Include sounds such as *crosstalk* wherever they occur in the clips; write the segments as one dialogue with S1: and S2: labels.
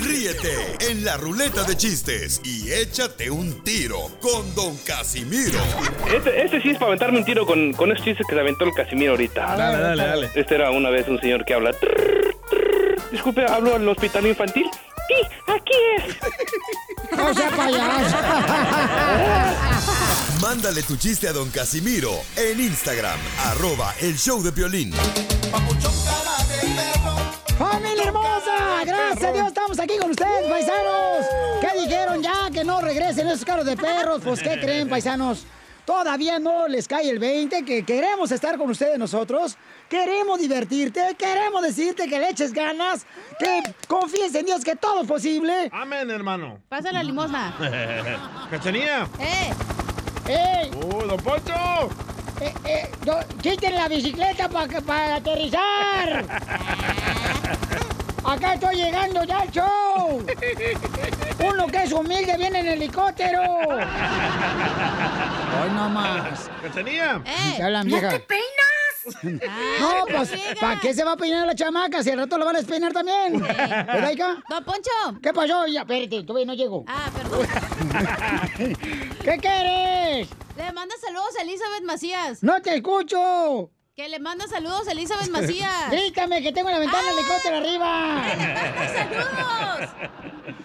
S1: Ríete en la ruleta de chistes y échate un tiro con Don Casimiro.
S2: Este, este sí es para aventarme un tiro con, con esos chistes que se aventó el Casimiro ahorita.
S3: Dale, dale, dale.
S2: Este era una vez un señor que habla. "Trrr, trrr". Disculpe, ¿hablo al hospital infantil? Sí, aquí es.
S4: No sea payaso.
S1: Mándale tu chiste a Don Casimiro en Instagram, arroba el show de violín.
S4: ¡Familia hermosa! ¡Gracias a Dios estamos aquí con ustedes, paisanos! ¿Qué dijeron ya? Que no regresen esos carros de perros. Pues, ¿qué creen, paisanos? Todavía no les cae el 20, que queremos estar con ustedes nosotros. Queremos divertirte, queremos decirte que le eches ganas, que confíes en Dios que todo es posible.
S5: Amén, hermano.
S6: Pasa Ah. la limosna.
S5: ¡Cachanía!
S6: ¡Eh!
S4: ¡Ey!
S5: ¡Uh, don Poncho!
S4: Eh, eh, do- quiten la bicicleta para aterrizar. Acá estoy llegando ya al show. Uno que es humilde viene en helicóptero. Hoy no más.
S5: ¡Cachanía!
S6: Eh.
S4: Te hablan, vieja.
S6: peinas!
S4: No, pues, ¿para qué se va a peinar la chamaca? Si al rato la van a despeinar también. ¿Verdad, hija?
S6: Don Poncho.
S4: ¿Qué pasó? Ya, espérate, todavía no llego.
S6: Ah, perdón.
S4: *laughs* ¿Qué quieres?
S6: Le manda saludos a Elizabeth Macías.
S4: ¡No te escucho!
S6: Que le manda saludos
S4: *laughs*
S6: a Elizabeth Macías. Ah.
S4: Grítame que tengo la ventana del helicóptero arriba.
S6: ¡Saludos!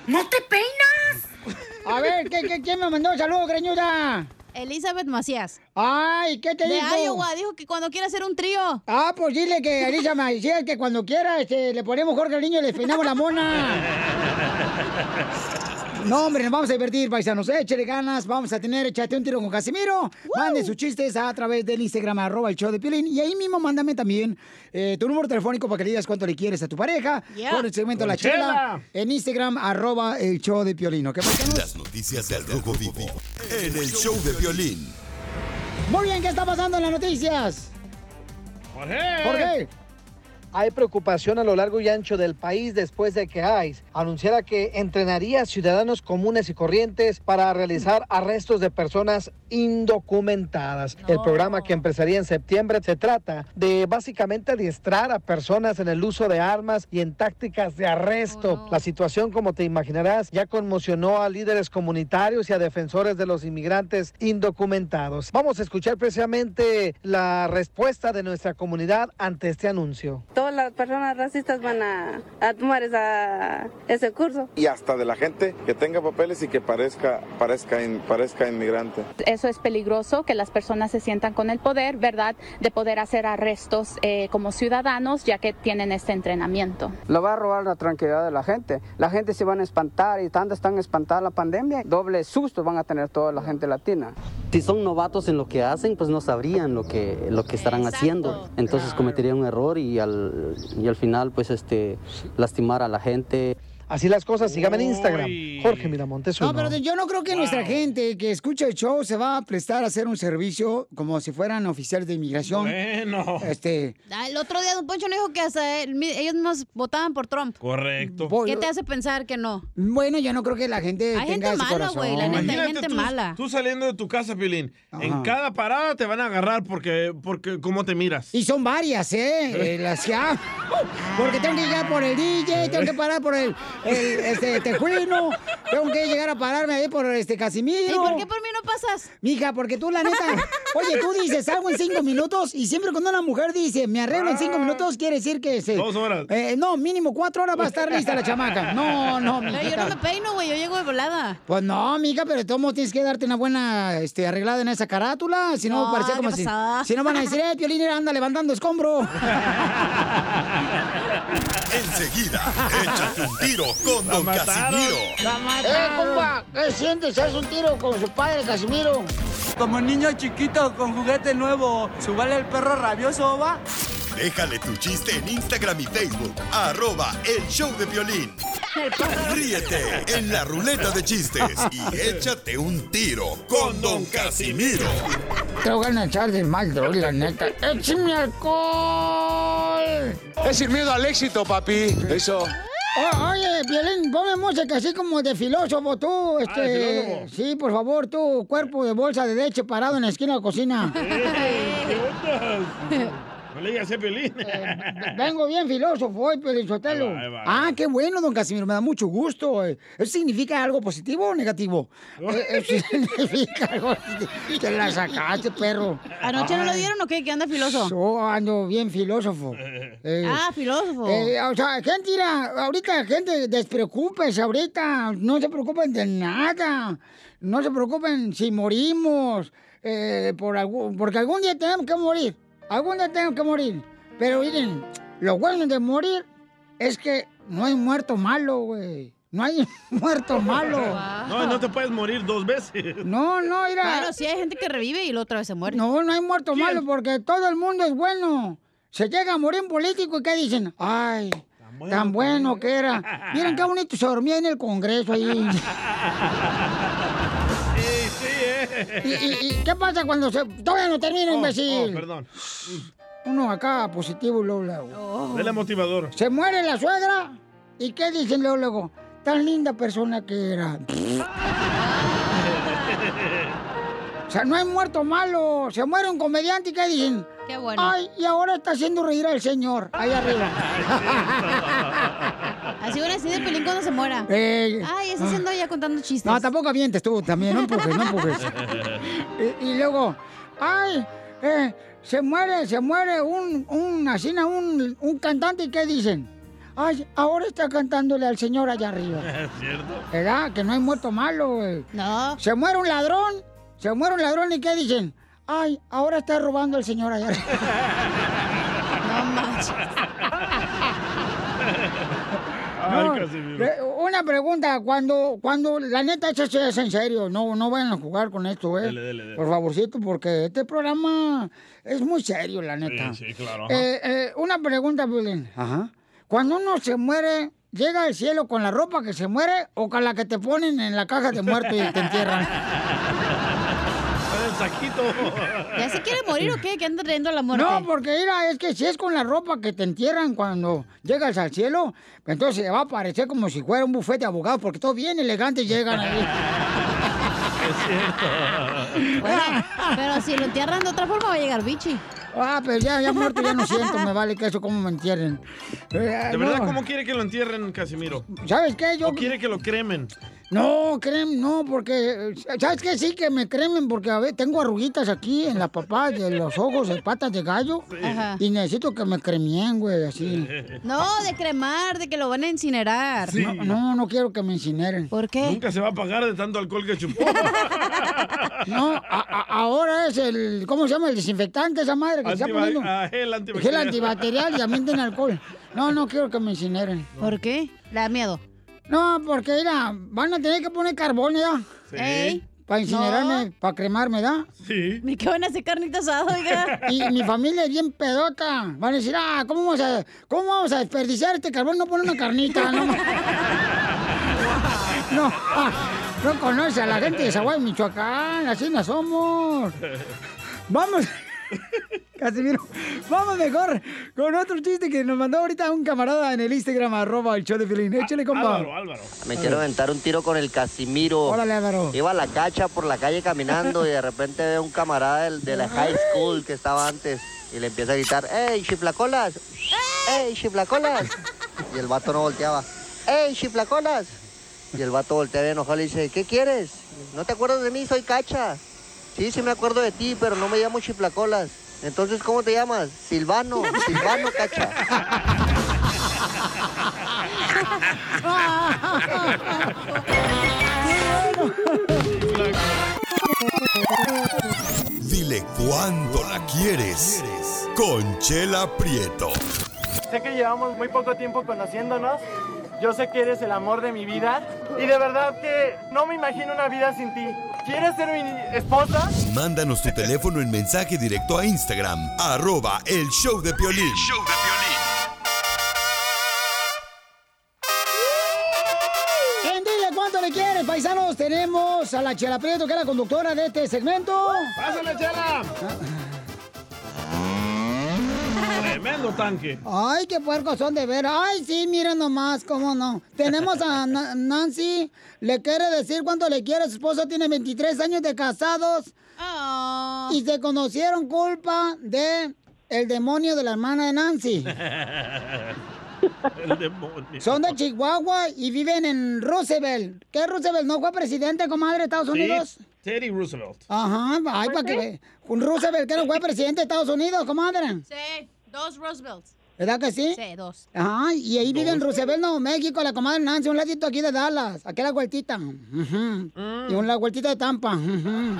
S4: ¡No te peinas! A ver, ¿qué, qué, quién me mandó saludos, greñuda?
S6: Elizabeth Macías.
S4: Ay, ¿qué te
S6: De
S4: dijo?
S6: Iowa, dijo que cuando quiera hacer un trío.
S4: Ah, pues dile que Elisa Macías que cuando quiera este, le ponemos Jorge al niño y le peinamos la mona. No, hombre, nos vamos a divertir, paisanos. Échale ganas, vamos a tener, échate un tiro con Casimiro. Mande sus chistes a través del Instagram, arroba el show de Piolín. Y ahí mismo mándame también eh, tu número telefónico para que le digas cuánto le quieres a tu pareja.
S6: Yeah.
S4: Con el segmento
S5: Con
S4: La Chela.
S5: Chela.
S4: En Instagram, arroba el show de Piolín. ¿Qué paisanos?
S1: Las noticias del rojo vivo en el show de violín.
S4: Muy bien, ¿qué está pasando en las noticias?
S5: ¡Jorge!
S4: Jorge.
S7: Hay preocupación a lo largo y ancho del país después de que ICE anunciara que entrenaría a ciudadanos comunes y corrientes para realizar arrestos de personas indocumentadas. El programa que empezaría en septiembre se trata de básicamente adiestrar a personas en el uso de armas y en tácticas de arresto. La situación, como te imaginarás, ya conmocionó a líderes comunitarios y a defensores de los inmigrantes indocumentados. Vamos a escuchar precisamente la respuesta de nuestra comunidad ante este anuncio.
S8: Todas las personas racistas van a, a tomar esa, ese curso.
S9: y hasta de la gente que tenga papeles y que parezca parezca in- parezca inmigrante.
S10: Eso es peligroso, que las personas se sientan con el poder, ¿verdad?, de poder hacer arrestos eh, como ciudadanos, ya que tienen este entrenamiento.
S11: Lo va a robar la tranquilidad de la gente. La gente se van a espantar y tanto están espantada la pandemia. Doble susto van a tener toda la gente latina.
S12: Si son novatos en lo que hacen, pues no sabrían lo que, lo que estarán haciendo. Entonces cometerían un error y al, y al final, pues, este, lastimar a la gente.
S7: Así las cosas, síganme en Instagram. Jorge Miramontes.
S4: No,
S7: uno.
S4: pero yo no creo que nuestra gente que escucha el show se va a prestar a hacer un servicio como si fueran oficiales de inmigración.
S5: Bueno.
S4: Este.
S6: Ah, El otro día Don Poncho no dijo que hasta él- mi- ellos nos votaban por Trump.
S5: Correcto.
S6: ¿Qué te hace pensar que no?
S4: Bueno, yo no creo que la gente
S6: Hay
S4: tenga
S6: gente
S4: ese
S6: mala,
S4: corazón.
S6: güey, la neta, hay gente
S5: tú,
S6: mala.
S5: tú saliendo de tu casa, Pilín, en cada parada te van a agarrar porque, porque cómo te miras.
S4: Y son varias, ¿eh? Eh, Las que
S5: *laughs*
S4: hago. Porque tengo que llegar por el DJ, tengo que parar por el, el, este, Tejuino, tengo que llegar a pararme ahí por este Casimiro.
S6: ¿Y por qué por mí no pasas?
S4: Mija, porque tú la neta, oye, tú dices algo en cinco minutos y siempre cuando una mujer dice me arreglo en cinco minutos, quiere decir que se.
S5: Ah. Dos horas.
S4: Eh, no, mínimo cuatro horas va a estar lista la chamaca. No, no,
S6: Pero
S4: mija.
S6: yo no me peino, güey, yo llego de volada.
S4: Pues no, mija, pero de todos modos tienes que darte una buena este, arreglada en esa carátula. Si no,
S6: No,
S4: parecía
S6: ¿qué
S4: como si.
S6: pasó?
S4: *laughs* Si no van a decir, eh, Piolín, anda levantando
S6: *laughs*
S4: escombro.
S1: Enseguida, échate un tiro con Don Casimiro.
S4: ¡Eh, compa! ¿Qué sientes? ¿Haz un tiro con su padre, Casimiro?
S13: Como niño chiquito con juguete nuevo, ¿subale el perro rabioso, va?
S1: Déjale tu chiste en Instagram y Facebook, arroba el show de violín. Ríete en la ruleta de chistes y échate un tiro con Don Casimiro.
S4: Te voy a echar de mal, droga, la neta. ¡Échame alcohol!
S14: Es sin miedo al éxito, papi. Eso.
S4: O- Oh, oye, Violín, ponme música así como de filósofo,
S5: Ah,
S4: tú. Este,
S14: de filósofo.
S4: Sí, por favor, tú, cuerpo de bolsa de leche parado en la esquina de la cocina.
S5: No le digas a Piolín.
S4: *laughs* Vengo bien filósofo hoy, Piolín Sotelo.
S5: Ahí va, ahí va.
S4: Ah, qué bueno, don Casimiro, me da mucho gusto. Eh, ¿Eso significa algo positivo o negativo? Eh, Eso *laughs* significa algo positivo. Te la sacaste, perro.
S6: ¿Anoche no lo dieron
S4: o qué? ¿Qué anda filósofo? Yo ando bien
S5: *laughs*
S4: filósofo. Eh,
S6: Ah, filósofo.
S4: eh, o sea, gente, mira, ahorita, gente, despreocúpese ahorita. No se preocupen de nada. No se preocupen si morimos. eh, por algún- porque algún día tenemos que morir. Algún día tenemos que morir. Pero miren, lo bueno de morir es que no hay muerto malo, güey. No hay *laughs* muerto malo.
S5: No, no te puedes morir dos veces.
S4: No, no, mira.
S6: Claro,
S4: sí hay gente que revive y la otra vez se muere. No, no hay muerto malo porque todo el mundo es bueno. Se llega a morir un político y ¿qué dicen? Ay, tan bueno,
S5: pues.
S4: que era. Miren qué bonito se dormía en el Congreso
S5: *laughs*
S4: ahí.
S5: Sí, sí, eh.
S4: ¿Y, y- y qué pasa cuando se...? Todavía no termina, imbécil.
S5: Oh, perdón.
S4: Uno acá positivo y luego luego.
S5: Dele motivador.
S4: Se muere la suegra y ¿qué dicen luego luego? Tan linda persona que era. O sea, no hay muerto malo. Se muere un comediante y ¿qué dicen?
S6: Qué bueno.
S4: Ay, y ahora está haciendo reír al señor, ahí arriba.
S6: Así van a decir de pelín cuando se muera.
S4: Eh,
S6: Ay, ese siendo ya contando *laughs* chistes.
S4: No, tampoco avientes tú también, no empujes, no empujes. Y, y luego, ay, eh, se muere, se muere un, un, así, un, un cantante y ¿qué dicen? Ay, ahora está cantándole al señor allá arriba.
S5: ¿Es cierto?
S4: ¿Verdad? Que no hay muerto malo, güey. No. Se muere un ladrón, se muere un ladrón y ¿qué dicen? Ay, ahora está robando el señor allá arriba.
S6: No manches.
S5: Ay,
S4: No,
S5: Casimiro.
S4: eh, una pregunta, cuando, cuando, la neta, eso sí es en serio, no, no vayan a jugar con esto, eh.
S5: Dele, dele, dele.
S4: Por favorcito, porque este programa es muy serio, la neta.
S5: Sí, sí, claro.
S4: Eh, eh, una pregunta, Piolín. Ajá. Cuando uno se muere, ¿llega al cielo con la ropa que se muere o con la que te ponen en la caja de muerto y te entierran?
S5: *laughs* Con el saquito.
S6: ¿Ya se quiere morir o qué? ¿Qué anda trayendo la muerte?
S4: No, pues. porque mira, es que si es con la ropa que te entierran cuando llegas al cielo, entonces va a parecer como si fuera un bufete de abogados, porque todos bien elegantes llegan ahí.
S5: *laughs* Es cierto.
S6: *laughs*
S15: *laughs*
S6: Bueno, pero si lo entierran de otra forma va a llegar bichi.
S4: Ah, pero ya, ya muerto, ya no siento, me vale que eso, cómo me entierren. Eh,
S5: ¿De verdad
S4: no.
S5: cómo quiere que lo entierren, Casimiro?
S4: ¿Sabes qué? Yo...
S5: ¿O quiere que lo cremen?
S4: No, creen, no, porque, eh, ¿sabes qué? Sí que me cremen, porque a ver, tengo arruguitas aquí en la papá, de los ojos, de patas de gallo,
S6: Ajá.
S4: y necesito que me cremien, güey,
S6: *laughs*
S4: así.
S6: No, de cremar, de que lo van a incinerar.
S4: No, no, no quiero que me incineren.
S6: ¿Por qué?
S5: Nunca se va a pagar de tanto alcohol que chupó.
S4: No, a- a- ahora es el, ¿cómo se llama? El desinfectante, esa madre que se está
S5: Antiba-
S4: poniendo.
S5: ah, gel
S4: Gel
S5: antibacterial.
S4: antibacterial y también tiene alcohol. No, no quiero que me incineren.
S6: ¿Por qué? ¿Le da miedo?
S4: No, porque mira, van a tener que poner carbón, ¿verdad?
S6: Sí. Ey.
S4: Para incinerarme, para cremarme, ¿verdad?
S5: Sí.
S6: Me quedan a hacer carnita asada, oiga.
S4: Y mi familia es bien pedota. Van a decir, ah, ¿cómo vamos a, cómo vamos a desperdiciar este carbón? No pone una carnita, no. No, ah, no conoce a la gente de Zaguay, Michoacán, así no somos. Vamos, *laughs* Casimiro, vamos mejor con otro chiste que nos mandó ahorita un camarada en el Instagram, arroba el show de Filín. Échale, compa.
S3: Me quiero aventar un tiro con el Casimiro.
S4: Órale, Álvaro.
S3: Iba a la cacha por la calle caminando y de repente ve un camarada del- de,
S4: Ah.
S3: la high school que estaba antes y le empieza a gritar, ¡Ey, chiflacolas! ¡Ey, chiflacolas! Y el vato no volteaba, ¡Ey, chiflacolas! Y el vato voltea bien enojado y le dice, ¿qué quieres? ¿No te acuerdas de mí? Soy cacha. Sí, sí me acuerdo de ti, pero no me llamo chiflacolas. Entonces, ¿cómo te llamas? Silvano, Silvano, cacha.
S1: Dile cuándo la quieres. Conchela Prieto.
S16: Sé que llevamos muy poco tiempo conociéndonos. Yo sé que eres el amor de mi vida. Y de verdad que no me imagino una vida sin ti. ¿Quieres ser mi esposa?
S1: Mándanos tu teléfono en mensaje directo a Instagram, arroba el show de Piolín.
S4: En Dile cuánto le quieres, paisanos. Tenemos a la Chela Prieto, que es la conductora de este segmento.
S5: ¡Pásale, Chela! Tremendo tanque.
S4: Ay, qué puercos son de ver. Ay, sí, miren nomás, cómo no. Tenemos a Na- Nancy, le quiere decir cuánto le quiere. Su esposo tiene 23 años de casados. Y se conocieron culpa de el demonio de la hermana de Nancy.
S5: El demonio.
S4: Son de Chihuahua y viven en Roosevelt. ¿Qué Roosevelt? ¿No fue presidente, comadre, de Estados
S5: Sí,
S4: Unidos?
S5: Teddy Roosevelt.
S4: Ajá, ay, para que ve- un Roosevelt que no fue presidente de Estados Unidos, comadre.
S6: Sí, dos Roosevelts.
S4: ¿Verdad que sí?
S6: Sí, dos.
S4: Ajá, y ahí vive en Roosevelt, Nuevo México, la comadre Nancy, un ladito aquí de Dallas, aquí a la vueltita. Ujú.
S6: Mm.
S4: Y una vueltita de Tampa. ujú.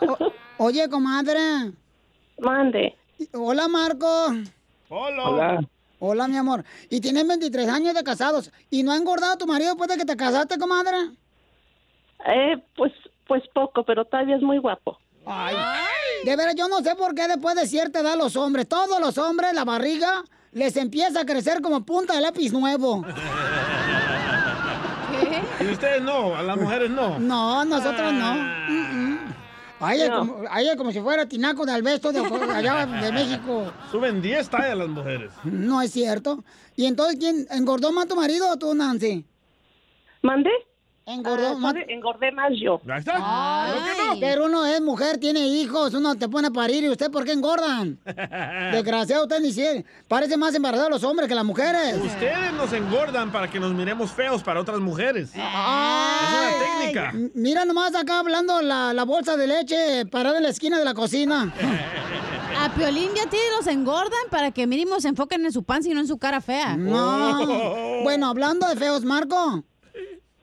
S4: O- oye, comadre.
S8: Mande.
S4: Hola, Marco.
S5: Hola.
S8: Hola.
S4: Hola, mi amor. Y tienes 23 años de casados. ¿Y no ha engordado tu marido después de que te casaste, comadre?
S8: Eh, pues, pues poco, pero todavía es muy guapo.
S4: Ay. De veras, yo no sé por qué después de cierta edad los hombres, todos los hombres, la barriga les empieza a crecer como punta de lápiz nuevo.
S5: Y ustedes no, a las mujeres no.
S4: No, nosotros no. Mm, mm. Ay, es
S5: No.
S4: como, ay, es como si fuera tinaco de albesto de allá de México.
S5: Suben 10 tallas las mujeres.
S4: No es cierto. ¿Y entonces quién engordó más tu marido o tú, Nancy?
S8: ¿Mandé?
S4: Engordó
S8: Ah,
S4: más.
S8: ¿sabe? Engordé más yo.
S5: Ahí
S4: Pero uno es mujer, tiene hijos, uno te pone a parir y usted, ¿por qué engordan? Desgraciado, usted ni siquiera. Parece más embarazado los hombres que las mujeres.
S5: Ustedes nos engordan para que nos miremos feos para otras mujeres. es una técnica.
S4: M- Mira nomás acá hablando la, la bolsa de leche eh, parada en la esquina de la cocina.
S6: A Piolín ya tiene los engordan para que mínimo se enfoquen en su panza y no en su cara fea. Oh.
S4: No. Bueno, hablando de feos, Marco.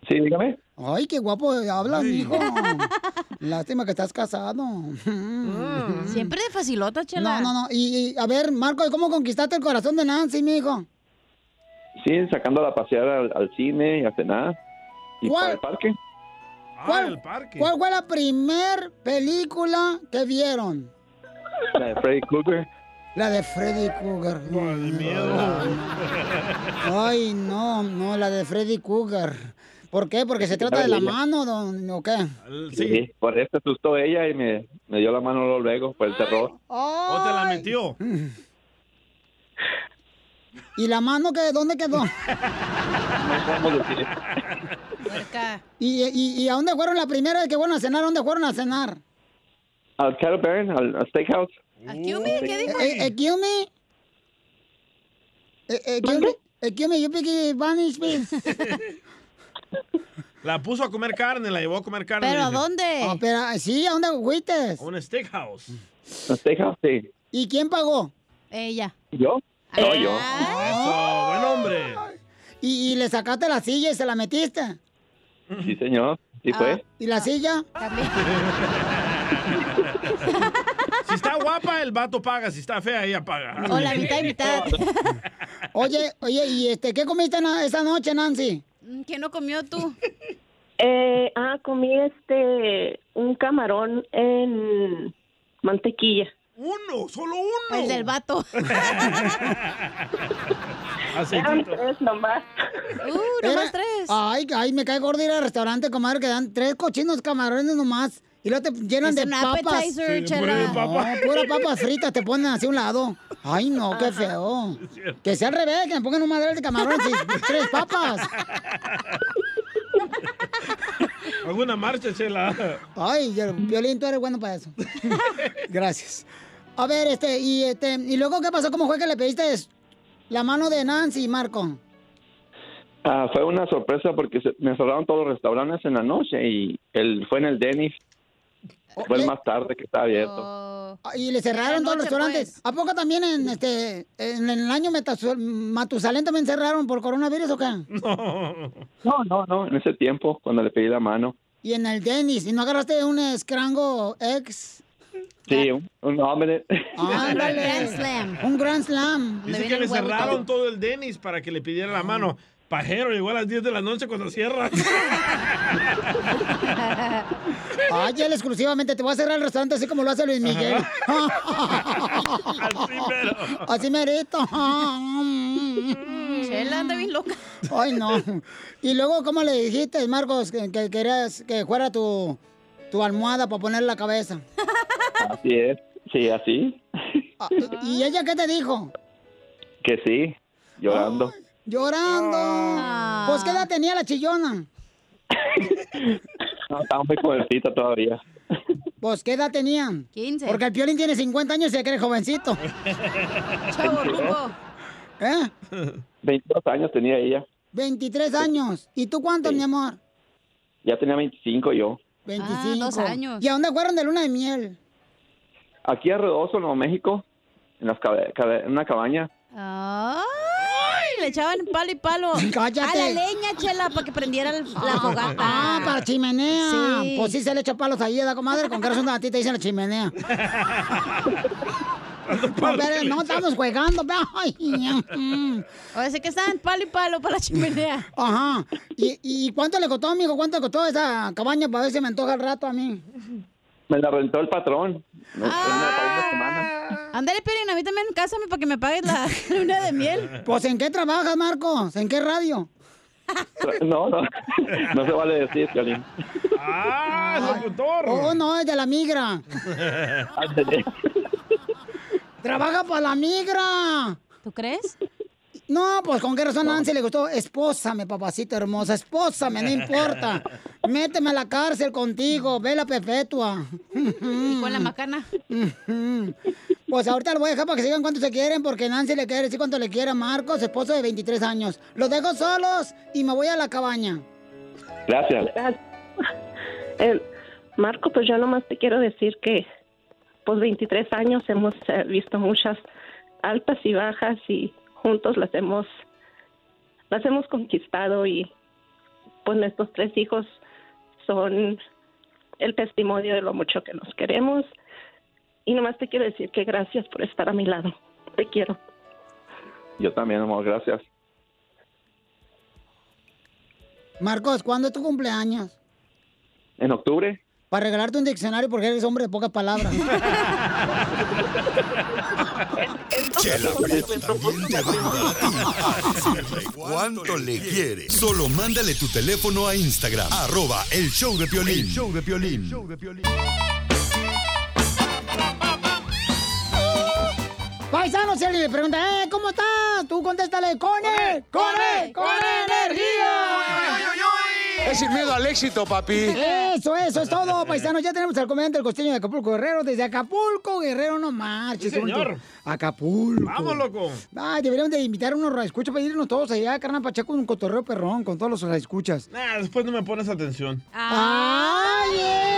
S2: Sí, dígame.
S4: Ay, qué guapo hablas, mijo. Lástima que estás casado.
S6: Siempre de facilota, chela.
S4: No, no, no. Y, y, a ver, Marco, ¿cómo conquistaste el corazón de Nancy, mijo?
S15: Sí, sacándola a pasear al, al cine y a cenar. Y
S4: ¿Cuál?
S15: para el parque.
S5: Ah,
S4: ¿Cuál, ¿Cuál fue la primer película que vieron?
S15: La de Freddy Krueger.
S4: La de Freddy Cougar. Ay, no, no, la de Freddy Cougar. ¿Por qué? ¿Porque se trata de la mano don, o qué?
S15: Sí. por eso se asustó ella y me, me dio la mano luego, luego por el terror.
S5: ¿O te la metió?
S4: ¿Y la mano que dónde quedó?
S15: No podemos decir.
S4: ¿Y, y, y a dónde fueron la primera vez que fueron a cenar? ¿A dónde fueron a cenar?
S15: Al Cattle Baron, al, al Steakhouse.
S4: ¿Qué dijo? eh, Excuse me. Eh, eh, Excuse me. Excuse me, you speak Spanish, pues. *laughs* please.
S5: La puso a comer carne, la llevó a comer carne. dice.
S4: Ah, pero, sí, ¿a dónde fuiste?
S5: A un steakhouse.
S15: Al Steakhouse, sí.
S4: ¿Y quién pagó?
S6: Ella.
S15: ¿Yo?
S4: Ah.
S15: No, yo.
S5: Eso, buen hombre.
S4: ¿Y, y le sacaste la silla y se la metiste?
S15: Sí, señor. Sí fue.
S4: ¿Y la silla?
S5: *laughs* Si está guapa, el vato paga. Si está fea, ella paga.
S4: O la mitad y mitad. *laughs* Oye, oye, ¿y este qué comiste na- esa noche, Nancy?
S6: ¿Qué Mm, no
S4: *laughs*
S6: comió tú?
S8: Eh, ah, comí este, un camarón en mantequilla.
S5: Uno, solo uno.
S6: El del vato.
S8: Eran tres nomás.
S6: Uh,
S4: nomás tres. Ay, ay, me cae gordo ir al restaurante, comadre, que dan tres cochinos camarones nomás. Y luego te llenan
S6: Es
S4: de
S6: un
S4: papas.
S6: appetizer, Sí, chela. pura papa.
S4: No, pura papa frita, te ponen así a un lado. Ay, no, qué feo. Que sea al revés, que me pongan un madral de camarones y tres papas.
S5: Alguna marcha, chela.
S4: Ay, yo- Violín, tú eres bueno para
S6: *laughs*
S4: eso. Gracias. A ver, este, y este, y luego qué pasó, cómo fue que le pediste la mano de Nancy, Marco.
S15: Ah, fue una sorpresa porque se- me cerraron todos los restaurantes en la noche y él fue en el Dennis. Fue el más tarde que estaba abierto.
S4: Ah, Y le cerraron todos los
S5: pues.
S4: restaurantes. ¿A poco también en este en el año Metasu- Matusalén también cerraron por coronavirus o qué?
S15: No, no, no. En ese tiempo, cuando le pedí la mano.
S4: Y en el Dennis, ¿y no agarraste un escrango ex?
S15: Sí, un, un omelette.
S4: Ándale.
S5: Grand Slam.
S4: Un Grand Slam.
S5: Dice que le cerraron todo el Denis para que le pidiera la mano. Pajero llegó a las 10 de la noche cuando cierra.
S4: Ay, él exclusivamente te voy a cerrar el restaurante así como lo hace Luis Miguel.
S5: Así mero.
S4: Así merito.
S6: Chela anda bien loca.
S4: Ay, no. Y luego, ¿cómo le dijiste, Marcos, que, que querías que fuera tu, tu almohada para poner la cabeza?
S15: *laughs* Así es. Sí, así.
S4: Ah, ¿Y ella qué te dijo?
S15: Que sí. Llorando.
S4: Llorando.
S6: Ah.
S4: Pues, ¿qué edad tenía la chillona?
S15: No, estaba muy jovencita todavía.
S4: Pues, ¿qué edad tenían?
S6: 15.
S4: Porque el Piolín tiene 50 años y se cree
S6: *laughs*
S4: jovencito.
S6: Chavo ruco.
S4: ¿Eh?
S15: 22 años tenía ella.
S4: 23 años. ¿Y tú cuántos, mi amor?
S15: Ya tenía 25 yo.
S4: 25.
S6: Ah, dos años.
S4: ¿Y a dónde fueron de luna de miel?
S15: Aquí a Redoso, Nuevo México, en, las cabe- cabe- en una cabaña.
S6: ¡Ay! Le echaban palo y palo.
S4: Cállate.
S6: A la leña, chela, para que prendiera el- la fogata.
S4: Ah, para la chimenea.
S6: Sí.
S4: Pues sí se le echa palos ahí a la comadre con que eres una batita y se la chimenea. No, pero no estamos jugando. pero- Ay, *laughs*
S6: O sea, que están palo y palo para la chimenea.
S4: Ajá. ¿Y, ¿Y cuánto le costó, amigo? ¿Cuánto le costó esa cabaña para ver si me antoja el rato a mí?
S15: Me la rentó el patrón.
S6: Andale, Piolín, a mí también cásame para que me pagues la *laughs* luna de miel.
S4: Pues, ¿en qué trabajas, Marcos? ¿En qué radio?
S15: No, *laughs* no, no se vale decir,
S5: *laughs*
S15: Piolín.
S4: Ah, locutor. Oh, no, es de la migra.
S15: Ándale.
S4: Trabaja para la migra.
S6: ¿Tú crees?
S4: No, pues con qué razón a Nancy le gustó. Espósame, papacita hermosa, espósame, no importa. Méteme a la cárcel contigo, vela perpetua. Y
S6: con la macana.
S4: Pues ahorita lo voy a dejar para que sigan cuánto se quieren, porque Nancy le quiere decir cuánto le quiere a Marcos, esposo de 23 años. Los dejo solos y me voy a la cabaña.
S15: Gracias.
S17: Eh, Marco, pues yo nomás te quiero decir que, pues 23 años hemos eh, visto muchas altas y bajas y juntos las hemos, las hemos conquistado y pues nuestros tres hijos son el testimonio de lo mucho que nos queremos y nomás te quiero decir que gracias por estar a mi lado. Te quiero.
S15: Yo también, amor, gracias.
S4: Marcos, ¿cuándo es tu cumpleaños?
S15: En octubre,
S4: Para regalarte un diccionario porque eres hombre de pocas palabras.
S1: Chela Prieto también te va a ayudar *laughs* a ti a decirle cuánto le quiere. Solo mándale tu teléfono a Instagram, arroba el show de Piolín.
S18: El
S1: show de Piolín.
S4: Paisano, si alguien le pregunta, eh, ¿cómo estás? Tú contéstale, con él, con él, con energía.
S14: Es sin miedo al éxito, papi.
S4: Eso, eso es *laughs* todo, paisanos. Ya tenemos al comediante del costeño de Acapulco Guerrero. Desde Acapulco Guerrero no marches.
S5: Sí, señor.
S4: Acapulco.
S5: Vamos, loco.
S4: Ay, deberíamos de invitar a unos radioescuchas para irnos todos allá, carnal Pacheco, un cotorreo perrón con todos los radioescuchas.
S5: Nah, después no me pones atención.
S4: ¡Ay,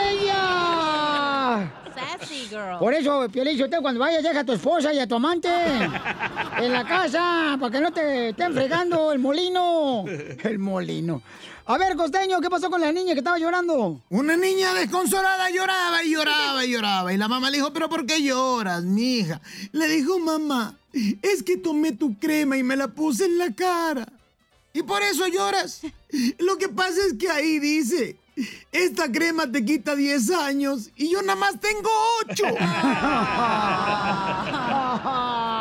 S4: ella!
S6: Sassy girl.
S4: Por eso, Piolín, Sotelo, cuando vayas, deja a tu esposa y a tu
S5: *laughs*
S4: amante en la casa para que no te estén fregando el molino. El molino. A ver, costeño, ¿qué pasó con la niña que estaba llorando?
S19: Una niña desconsolada lloraba y lloraba y lloraba. Y la mamá le dijo, pero ¿por qué lloras, mija? Le dijo, mamá, es que tomé tu crema y me la puse en la cara. Y por eso lloras. Lo que pasa es que ahí dice, esta crema te quita 10 años y yo nada más tengo 8.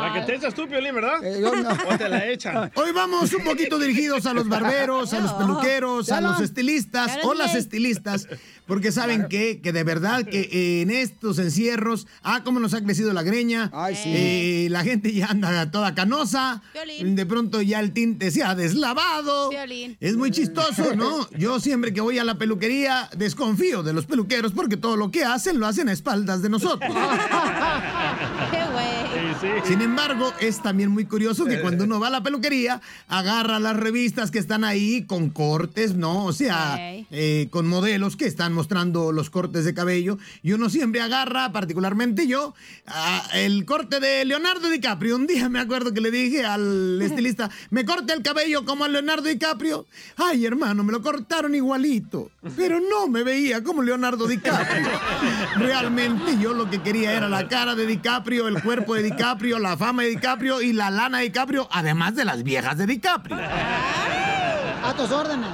S5: La que te echas tú, Piolín, ¿verdad?
S4: Eh,
S5: O te la echan.
S19: Ah. Hoy vamos un poquito dirigidos a los barberos, a los peluqueros, a los estilistas o las estilistas, porque saben que, que de verdad que eh, en estos encierros, ah, cómo nos ha crecido la greña, Eh, la gente ya anda toda canosa, de pronto ya el tinte se ha
S18: *laughs*
S19: deslavado.
S6: Violín.
S19: Es muy chistoso, ¿no? Yo siempre que voy a la peluquería desconfío de los peluqueros porque todo lo que hacen lo hacen a espaldas de nosotros.
S6: *laughs* Qué güey.
S19: Sin embargo, es también muy curioso que cuando uno va a la peluquería, agarra las revistas que están ahí con cortes, ¿no? O sea,
S6: Ok.
S19: eh, con modelos que están mostrando los cortes de cabello. Y uno siempre agarra, particularmente yo, a- el corte de Leonardo DiCaprio. Un día me acuerdo que le dije al estilista, me corta el cabello como a Leonardo DiCaprio. Ay, hermano, me lo cortaron igualito. Pero no me veía como Leonardo DiCaprio. Realmente yo lo que quería era la cara de DiCaprio, el cuerpo de DiCaprio, la fama de DiCaprio y la lana de DiCaprio, además de las viejas de DiCaprio.
S4: A tus órdenes.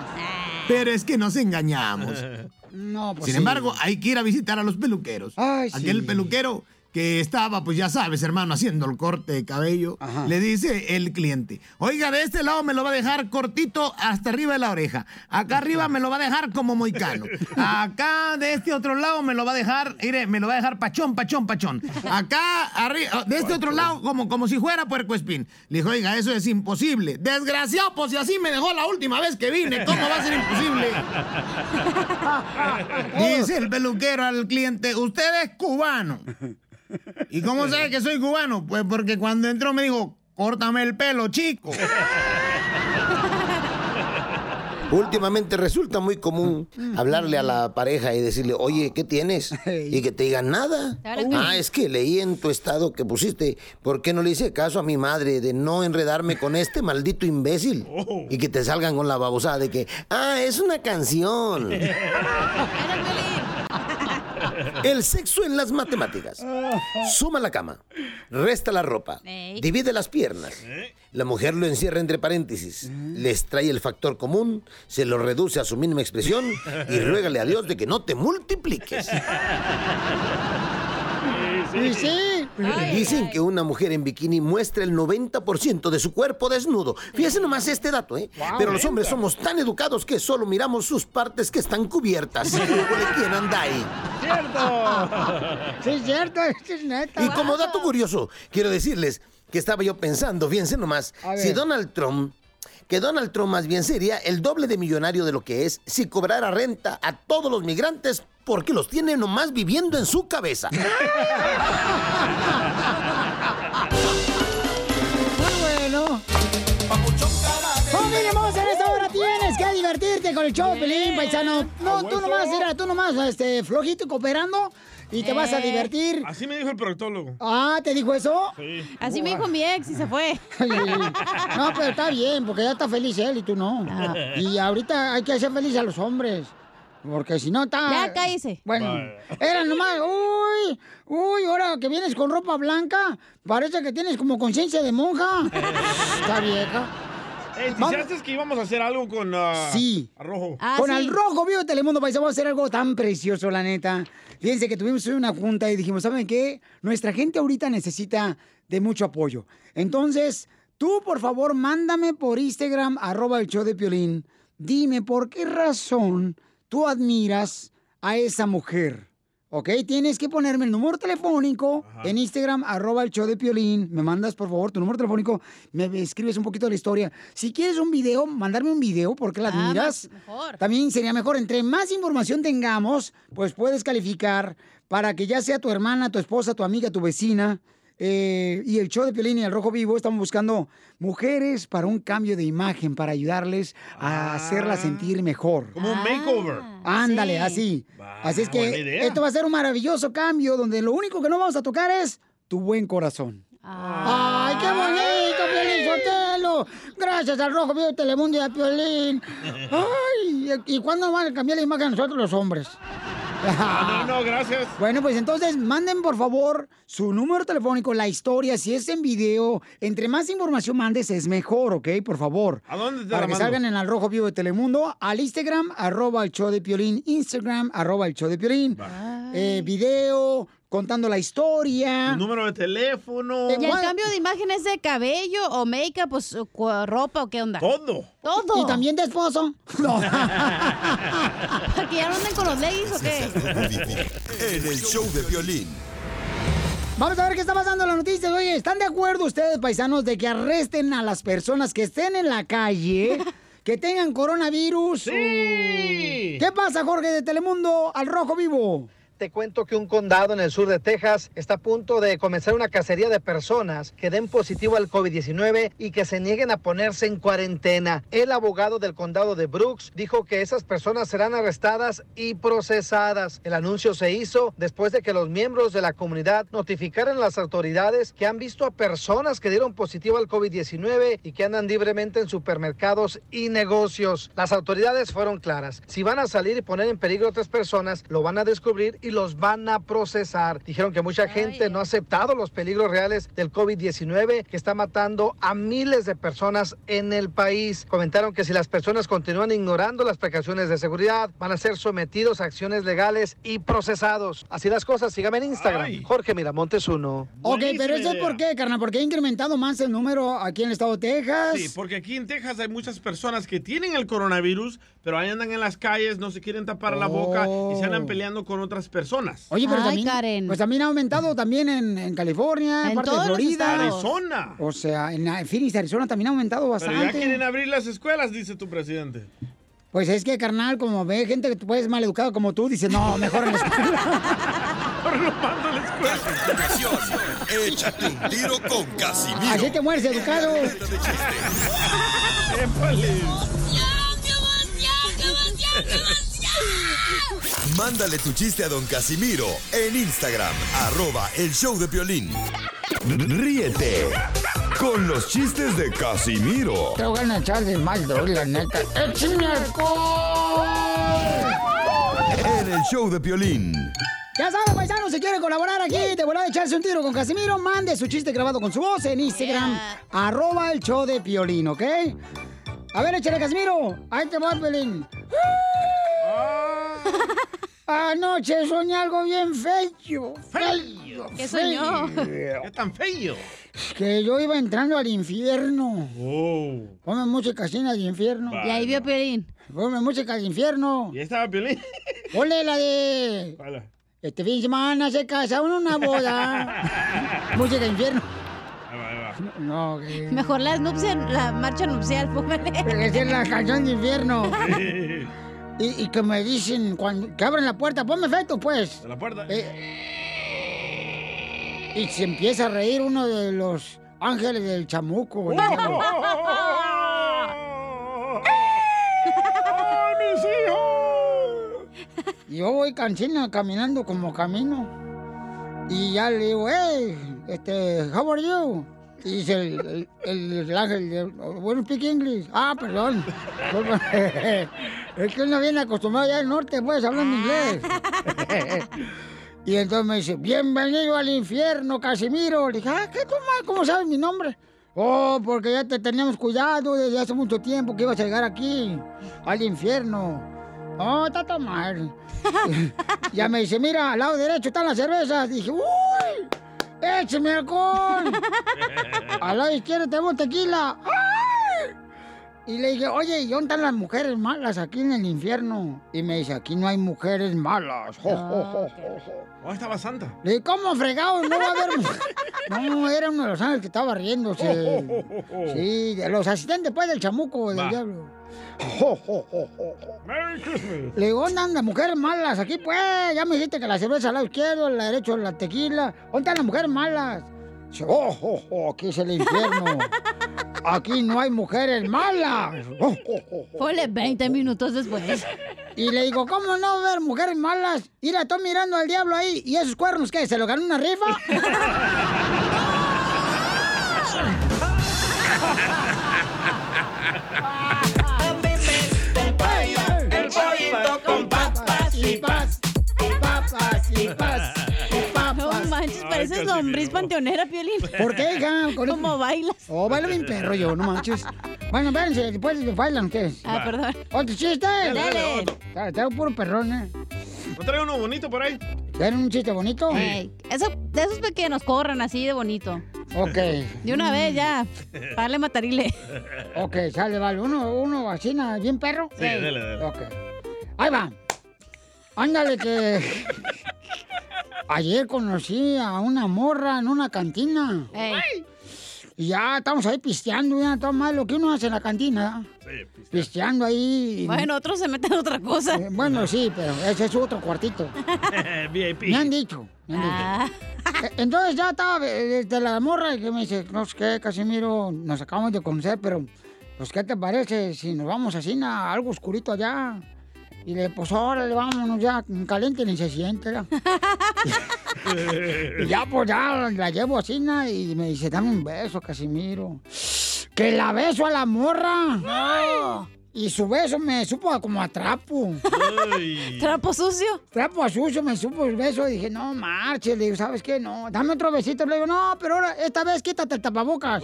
S19: Pero es que nos engañamos.
S4: *laughs* No, pues
S19: Sin
S4: sí.
S19: embargo, hay que ir a visitar a los peluqueros.
S4: Ay,
S19: Aquel
S4: sí.
S19: peluquero que estaba, pues ya sabes, hermano, haciendo el corte de cabello, le dice el cliente, oiga, de este lado me lo va a dejar cortito hasta arriba de la oreja, acá arriba me lo va a dejar como moicano, acá de este otro lado me lo va a dejar, mire, me lo va a dejar pachón, pachón, pachón, acá arriba, de este otro lado como, como si fuera puerco espín. Le dijo, oiga, eso es imposible. Desgraciado, pues si así me dejó la última vez que vine, ¿cómo va a ser imposible? *laughs* Dice el peluquero al cliente, usted es cubano. ¿Y cómo sabe que soy cubano? Pues porque cuando entró me dijo, córtame el pelo, chico.
S20: Este
S18: Últimamente resulta muy común hablarle a la pareja y decirle, oye, ¿qué tienes? Y que te digan nada.
S20: Claro que
S18: Ah,
S20: sí.
S18: es que leí en tu estado que pusiste, ¿por qué no le hice caso a mi madre de no enredarme con este maldito imbécil?
S19: Oh.
S18: Y que te salgan con la babosada de que, ah, es una canción. El sexo en las matemáticas. Suma la cama, resta la ropa,
S20: Ey.
S18: Eh, divide las piernas. La mujer lo encierra entre paréntesis, les trae el factor común, se lo reduce a su mínima expresión y ruégale a Dios de que no te multipliques.
S4: Y sí.
S18: Dicen que una mujer en bikini muestra el 90% de su cuerpo desnudo. Fíjense nomás este dato, ¿eh?
S20: Wow,
S18: Pero los hombres
S20: 90.
S18: somos tan educados que solo miramos sus partes que están cubiertas. ¿Quién anda ahí? *laughs*
S4: ¡Cierto! Sí, es cierto, eso es neta.
S18: Y como dato curioso, quiero decirles que estaba yo pensando, fíjense nomás,
S4: A ver.
S18: si Donald Trump, que Donald Trump más bien sería el doble de millonario de lo que es si cobrara renta a todos los migrantes porque los tiene nomás viviendo en su
S4: *laughs*
S18: cabeza.
S4: bueno. ¡Familia hermosa! En esta hora tienes que divertirte con el show, Pelín, paisano. No, tú nomás, mira, tú nomás, este, flojito y cooperando y te vas a
S5: Eh.
S4: divertir.
S5: Así me dijo el proctólogo.
S4: Ah, ¿te dijo eso?
S5: Sí.
S6: Así me dijo mi ex y
S4: *laughs*
S6: se fue.
S4: No, pero está bien, porque ya está feliz él y tú no. Y ahorita hay que hacer feliz a los hombres. Porque si no está.
S6: Ya cállese.
S4: Bueno,
S6: Vale.
S4: era nomás. Uy, uy, ahora que vienes con ropa blanca, parece que tienes como conciencia de
S6: *laughs*
S4: monja. Está vieja.
S5: Ey,
S4: Vamos.
S5: ¿Pensaste que íbamos a hacer algo con ah,
S4: Ah, Sí.
S5: Rojo?
S4: Con el rojo vivo de Telemundo Paisa vamos a hacer algo tan precioso, la neta. Fíjense que tuvimos una junta y dijimos, ¿saben qué? Nuestra gente ahorita necesita de mucho apoyo. Entonces, tú, por favor, mándame por Instagram, arroba el show de Piolín. Dime, ¿por qué razón tú admiras a esa mujer? ¿Ok? Tienes que ponerme el número telefónico en Instagram, arroba el show de Piolín. Me mandas, por favor, tu número telefónico. Me escribes un poquito de la historia. Si quieres un video, mandarme un video porque la
S6: Ah,
S4: admiras.
S6: más- mejor.
S4: También sería mejor. Entre más información tengamos, pues puedes calificar para que ya sea tu hermana, tu esposa, tu amiga, tu vecina. eh, y el show de Piolín y el Rojo Vivo estamos buscando mujeres para un cambio de imagen, para ayudarles a hacerlas sentir mejor.
S5: Como un makeover.
S4: Ah, Ándale, así. así es
S5: buena
S4: que
S5: idea.
S4: esto va a ser un maravilloso cambio donde lo único que no vamos a tocar es tu buen corazón.
S5: Ah.
S4: ¡Ay, qué bonito, Piolín Sotelo! Gracias al Rojo Vivo de Telemundo y a
S5: *laughs*
S4: Piolín. ¡Ay! ¿Y cuándo van a cambiar la imagen de nosotros los hombres?
S5: Ah, no, no, gracias.
S4: Bueno, pues entonces manden por favor su número telefónico, la historia, si es en video. Entre más información mandes es mejor, ¿ok? Por favor.
S5: ¿A dónde te
S4: Para
S5: la
S4: que
S5: mando?
S4: salgan en el Rojo Vivo de Telemundo, al Instagram, arroba el show de Piolín, Instagram, arroba el show de Piolín. Eh, video, contando la historia.
S5: Número de teléfono.
S4: Mm.
S6: ¿Y el cambio de imagen es de cabello o make-up pues, o cu- ropa o qué onda?
S5: Todo.
S6: Todo.
S4: Y también de
S6: *laughs*
S4: esposo. No.
S6: ¿Para que ya no anden con los leggings o qué?
S1: *laughs* En el show de violín.
S4: Vamos a ver qué está pasando en las noticias. Oye, ¿están de acuerdo ustedes, paisanos, de que arresten a las personas que estén en la
S5: *laughs*
S4: calle, que tengan coronavirus?
S7: Sí.
S4: ¿Qué pasa, Jorge, de Telemundo al Rojo Vivo?
S7: Te cuento que un condado en el sur de Texas está a punto de comenzar una cacería de personas que den positivo al COVID-19 y que se nieguen a ponerse en cuarentena. El abogado del condado de Brooks dijo que esas personas serán arrestadas y procesadas. El anuncio se hizo después de que los miembros de la comunidad notificaran a las autoridades que han visto a personas que dieron positivo al COVID-19 y que andan libremente en supermercados y negocios. Las autoridades fueron claras. Si van a salir y poner en peligro a otras personas, lo van a descubrir y y los van a procesar. Dijeron que mucha gente no ha aceptado los peligros reales del COVID-19 que está matando a miles de personas en el país. Comentaron que si las personas continúan ignorando las precauciones de seguridad, van a ser sometidos a acciones legales y procesados. Así las cosas, síganme en Instagram. Jorge Miramontes 1.
S4: Ok, pero ¿eso es
S5: idea.
S4: por qué, carnal? Porque ha incrementado más el número aquí en el estado de Texas.
S5: Sí, porque aquí en Texas hay muchas personas que tienen el coronavirus, pero ahí andan en las calles, no se quieren tapar la boca y se andan peleando con otras personas.
S4: Oh. Oye, pero también, pues también ha aumentado también en, en California, en
S5: En
S4: parte de
S5: todos los
S4: Florida.
S5: estados. Arizona.
S4: O sea, en en Phoenix, Arizona también ha aumentado
S5: Pero
S4: bastante.
S5: ya quieren abrir las escuelas, dice tu presidente.
S4: Pues es que, carnal, como ve gente que pues mal educada como tú, dice, no, mejor en la escuela.
S5: *laughs*
S1: Continuación, échate un tiro con Casimiro.
S4: Así te mueres educado.
S1: Mándale tu chiste a don Casimiro en Instagram, arroba el show de Piolín. Ríete con los chistes de Casimiro
S4: Te voy a ¡Eh, echar de mal, la neta. ¡Échame
S1: en el show de Piolín.
S4: Ya saben, paisano, si quiere colaborar aquí, te volá a echarse un tiro con Casimiro, mande su chiste grabado con su voz en Instagram, arroba el show de Piolín, ¿ok? A ver, échale, Casimiro. Ahí te va, Piolín. Anoche soñé algo bien feo. Feo.
S5: ¿Qué soñó? ¿Qué
S4: tan feo? Que yo iba entrando al infierno. Oh. Ponme música así en el infierno.
S5: Y ahí
S4: vio Piolín. Ponme música al infierno. Y estaba Piolín. Ponle la de... Este fin de semana se casaron en una *laughs* boda. Música infierno. No, que-
S6: Mejor la, nupcia, la marcha nupcial, póngale.
S4: Esa es la canción de infierno. Y, y que me dicen cuando que abren la puerta, ponme efecto pues.
S5: *laughs* La puerta.
S4: Eh, y se empieza a reír uno de los ángeles del chamuco. el diablo.
S5: ¡Ay, mis hijos!
S4: Yo voy cansina caminando como camino. Y ya le digo, hey, este, how are you? Y dice el, el, el ángel, de- bueno, speak English. Ah, perdón. *laughs* es que uno viene acostumbrado ya al norte, pues, hablando inglés.
S5: *laughs*
S4: y entonces me dice, bienvenido al infierno, Casimiro. Le dije, ah, ¿qué tú mal? ¿Cómo sabes mi nombre? Oh, porque ya te teníamos cuidado desde hace mucho tiempo que ibas a llegar aquí, al infierno. Oh, está tan mal. *laughs* ya me dice, mira, al lado derecho están las cervezas. Dije, uy, écheme alcohol. al lado izquierdo tenemos tequila. ¡Ay! Y le dije, oye, ¿y dónde están las mujeres malas aquí en el infierno? Y me dice, aquí no hay mujeres malas. Jo, jo, jo, jo, jo.
S5: Oh, estaba santa.
S4: Le dije, ¿cómo fregado? No va a haber mujer.
S5: *laughs*
S4: No, era uno de los ángeles que estaba riéndose.
S5: Oh, oh, oh, oh, oh.
S4: Sí, de los asistentes, pues, del chamuco, del
S5: Va. Oh,
S4: diablo. Jo, jo, jo, jo, jo. Le digo, ¿dónde andan las mujeres malas? Aquí pues, ya me dijiste que la cerveza al lado izquierdo, al lado derecho la tequila. ¿Dónde están las mujeres malas? Dice, oh, oh, oh, aquí es el infierno. Aquí no hay mujeres malas. Oh, oh, oh, oh.
S6: Ponle 20 minutos
S5: oh.
S6: después.
S4: Y le digo, ¿cómo no va a haber mujeres malas? Mira, estoy mirando al diablo ahí. ¿Y esos cuernos qué? ¿Se lo ganó una
S5: *laughs*
S4: rifa?
S13: El pollito con papas y
S4: papas. Papas
S6: *laughs*
S4: y papas.
S6: No manches, pareces lombriz panteonera, Piolín.
S4: ¿Por qué, hija?
S6: *laughs*
S4: ¿Cómo
S6: bailas?
S4: Oh, bailo bien perro yo, no manches. Bueno, espérense, después bailan ustedes.
S5: Ah, Va. perdón.
S4: ¿Otro chiste?
S5: Dale, dale, otro.
S4: Dale. Tengo puro perrón, ¿eh?
S5: ¿No trae uno bonito por ahí?
S4: ¿Tienen un chiste bonito?
S6: Ey, eso, de esos que nos corran así de bonito.
S4: Ok.
S6: De una vez ya. Parle matarile.
S4: Ok, sale, vale. Uno, uno, así, nada, bien perro.
S6: Sí, dale,
S5: dale.
S4: Ok. Ahí va. Ándale que... Ayer conocí a una morra en una cantina. Y ya estamos ahí pisteando, ya todo mal lo que uno hace en la cantina.
S5: Sí,
S4: *laughs* Pisteando ahí.
S6: Bueno, otros se meten a otra cosa.
S4: Eh, bueno, sí, pero ese es otro cuartito.
S5: VIP.
S4: Me han dicho. me han dicho.
S6: Ah.
S4: Eh, Entonces ya estaba eh, desde la morra y que me dice, no sé qué, Casimiro, nos acabamos de conocer, pero pues qué te parece si nos vamos así a algo oscurito allá. Y le pues órale, vámonos ya, caliente ni se siente. ya". *laughs* Y ya pues ya la llevo así na, y me dice, dame un beso, Casimiro. Que la beso a la morra. No. Y su beso me supo a- como a trapo. *laughs* ¿Trapo sucio? Trapo a sucio, me supo el beso. Y dije, no, marche. Le digo, ¿sabes qué? No, dame otro besito. Le digo, no, pero ahora, esta vez quítate el *laughs* tapabocas.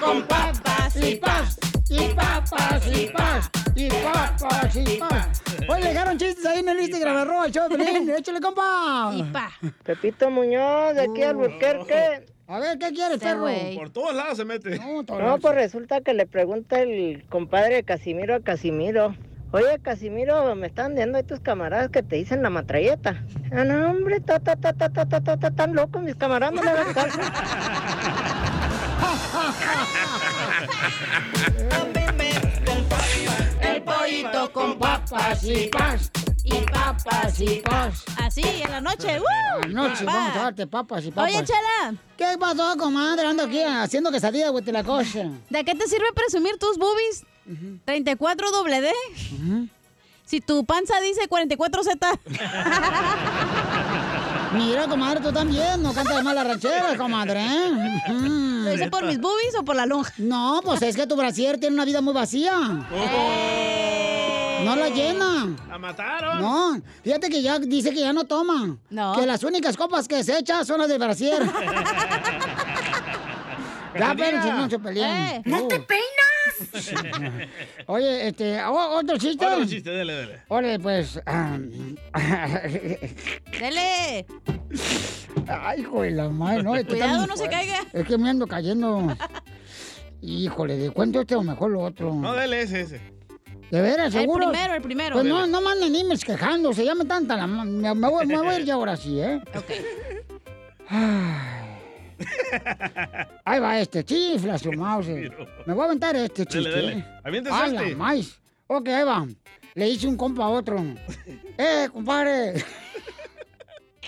S20: con papas y
S4: pas, y papas y pas, y papas y pas. Hoy le dejaron chistes ahí en el Instagram, arroba el show de *laughs* Pelín. Échale, compa. Y pa.
S21: Pepito Muñoz, de aquí al Albuquerque.
S4: A ver, ¿qué quieres,
S21: Ese
S4: perro?
S21: güey.
S5: Por todos lados se mete.
S21: No, pues resulta que le pregunta el compadre de Casimiro a Casimiro. Oye, Casimiro, me están diciendo ahí tus camaradas que te dicen la matralleta. Ah, no, hombre, ta, ta, ta, ta, ta, ta, ta, ta, tan locos mis camaradas, no le dan caso.
S20: El pollito con papas y pas.
S4: Y papas y pas.
S6: Así, en la noche. ¡Uh!
S4: Anoche,
S6: Pa.
S4: vamos a darte papas y papas.
S6: Oye, Chela.
S4: ¿Qué pasó, comadre? Ando aquí haciendo quesadilla, güey, te la cosa.
S6: ¿De qué te sirve presumir tus boobies? 34 doble D. Si tu panza dice 44Z.
S4: *laughs* Uh. Mira, comadre, tú también. No cantas mal las rancheras, comadre, *laughs* ¿eh? ¿Lo
S6: hice por mis
S4: boobies o por la lonja? No, pues es que tu brasier tiene una vida muy vacía. No la llena.
S5: La mataron.
S4: No, fíjate que ya dice que ya no toma.
S5: No.
S4: Que las únicas copas que se echa son las del
S5: *laughs*
S4: brasier. ya, pero si no se pelean. ¡No te
S20: peinas!
S4: Oye, este, ¿o- ¿otro chiste?
S5: Otro chiste, dele, dele.
S4: Órale, pues. ah, *laughs*
S6: Dele.
S4: Ay, hijo de la madre, no. este está
S6: Cuidado,
S4: muy
S6: no se
S4: fuerte.
S6: caiga.
S4: Es que me ando cayendo. Híjole, ¿de cuento este o mejor lo otro?
S5: No, dele ese, ese.
S4: ¿De veras,
S5: El
S4: seguro?
S5: primero, el primero.
S4: Pues no,
S5: Dele.
S4: no manden emails quejándose, ya me tanta la... ma- Me, me voy, me voy a ir ya ahora sí, ¿eh? Ay. Ahí va este, chifla su mouse. Me voy a aventar este chiste.
S5: dele.
S4: ¿eh?
S5: Aviéntese
S4: A la
S5: este.
S4: maíz. Ok, ahí va. Le hice un compa a otro. ¡Eh, compadre!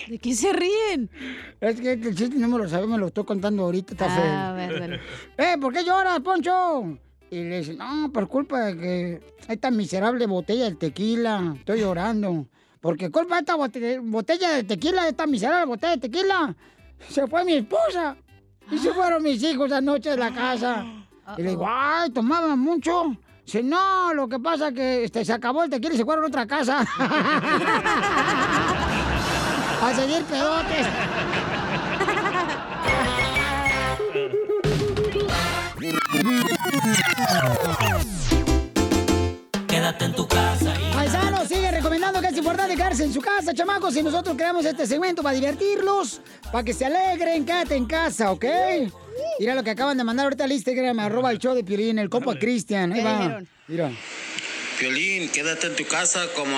S4: ¿De qué se ríen? Es que el chiste no me lo sabe, me lo estoy contando ahorita, está feo.
S6: Ah, a ver, dale.
S4: ¡Eh, ¿por qué lloras, Poncho? Y le dice, no, por culpa de que esta miserable botella de tequila, estoy llorando. Porque culpa de esta bote- botella de tequila, esta miserable botella de tequila, se fue mi esposa. Y se fueron mis hijos anoche de la casa. Y le digo, ay, tomaban mucho. Dice, no, lo que pasa es que este, se acabó el tequila y se fueron a otra casa. *laughs* a seguir pedotes.
S20: *laughs* Quédate en tu casa y
S4: Paisano sigue recomendando que es importante quedarse en su casa, chamacos. Y nosotros creamos este segmento para divertirlos, para que se alegren, quédate en casa, ¿ok? Mira lo que acaban de mandar ahorita al Instagram, arroba el show de Piolín, el compa Cristian. Ahí
S22: ¿Qué
S4: va.
S22: dijeron?
S4: Mira.
S22: Piolín, quédate en tu casa como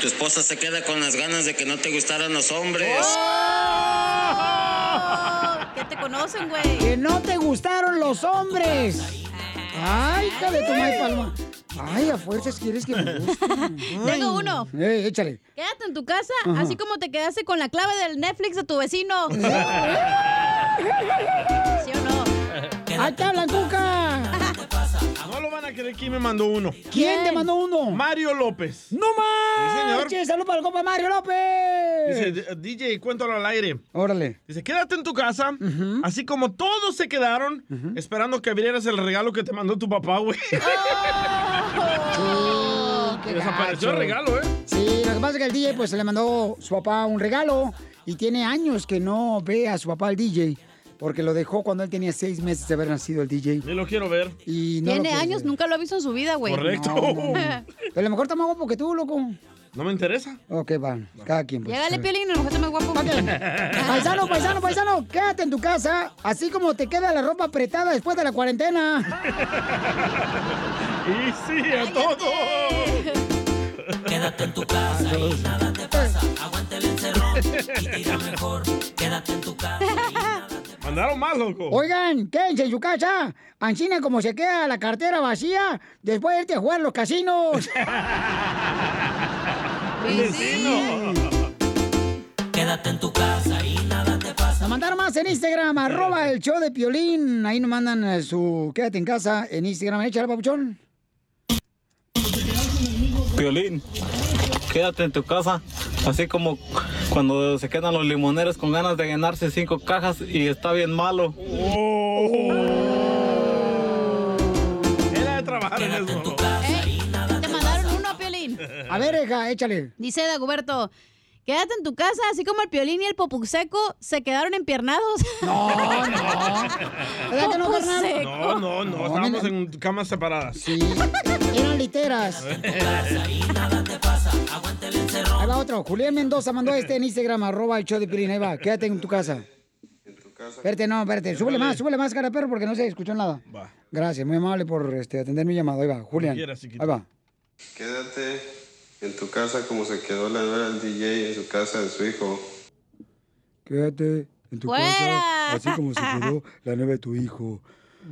S22: tu esposa se queda con las ganas de que no te gustaran los hombres.
S6: Que Oh. te conocen, güey.
S4: Que no te gustaron los hombres. Ay, hija de tu madre palma. Ay, a fuerzas quieres que me guste.
S6: *laughs* Tengo uno.
S4: Eh, échale.
S6: Quédate en tu casa,
S4: Ajá.
S6: así como te quedaste con la clave del Netflix de tu
S4: *laughs*
S6: vecino.
S4: ¡Ahí te hablan, Cuca!
S5: No lo van a creer quién me mandó uno.
S4: ¿Quién te mandó uno?
S5: Mario López.
S4: ¡No más! ¡Salud para el compa Mario López!
S5: Dice, "D- DJ, cuéntalo al aire.
S4: Órale.
S5: Dice, quédate en tu casa, así como todos se quedaron, esperando que abrieras el regalo que te mandó tu
S4: *laughs*
S5: papá, güey.
S4: Oh, qué
S5: Desapareció el
S4: gacho.
S5: regalo, ¿eh?
S4: Sí, lo que pasa es que el DJ pues le mandó su papá un regalo y tiene años que no ve a su papá el DJ porque lo dejó cuando él tenía seis meses de haber nacido el DJ.
S5: Yo lo quiero ver.
S4: Y no
S6: Tiene
S4: lo puede
S6: años,
S4: ver.
S6: nunca lo ha visto en su vida, güey.
S5: Correcto.
S4: No, no, *laughs* no. Pero a lo mejor está más guapo que tú, loco.
S5: No me interesa.
S4: Ok, va. Cada quien. Pues,
S6: Llegale,
S4: Está bien.
S6: Piolín, a lo mejor está más
S4: *laughs*
S6: guapo.
S4: Paisano, paisano, paisano, quédate en tu casa, así como te queda la ropa apretada después de la cuarentena.
S5: Y sí, a todos.
S20: Quédate en tu casa y nada te pasa. Aguanta el encerrón y tira mejor. Quédate en tu casa.
S5: Mandaron más, loco.
S4: Oigan, quédense en su casa. Ancina como se queda la cartera vacía después de irte a jugar a los
S5: *laughs*
S4: casinos.
S6: Pues
S20: Vecino. Quédate en tu casa y nada te pasa.
S4: Nos mandaron más en Instagram, arroba el show de Piolín. Ahí nos mandan eh, su quédate en casa en Instagram. Échale, papuchón.
S23: Piolín, quédate en tu casa, así como
S9: Cuando se quedan los limoneros con ganas de llenarse cinco cajas y está bien malo.
S5: Era de trabajar en eso.
S6: Te mandaron uno, Piolín.
S4: A ver,
S10: Eh.
S4: hija, échale.
S6: Dice Dagoberto, quédate en tu casa, así como el Piolín y el Popuxeco se quedaron empiernados.
S4: *laughs* No, no. ¿Verdad que no, carnal?
S5: No, no, no, estábamos en camas separadas.
S4: Sí. Eran literas. Ahí va otro. Julián Mendoza mandó este en Instagram, arroba el show de Piolín. Ahí va, quédate en tu casa. Espérate, no, espérate. Súbele más, súbele más, cara de perro, porque no se escuchó nada. Gracias, muy amable por este, atender mi llamado. Ahí va, Julián.
S10: quieras, chiquito.
S4: Ahí va.
S10: Quédate en tu casa como se quedó la nueva del DJ en su casa de su hijo.
S23: Quédate en tu
S10: ¡Fuera!
S23: casa, así como se quedó la nueva de tu hijo.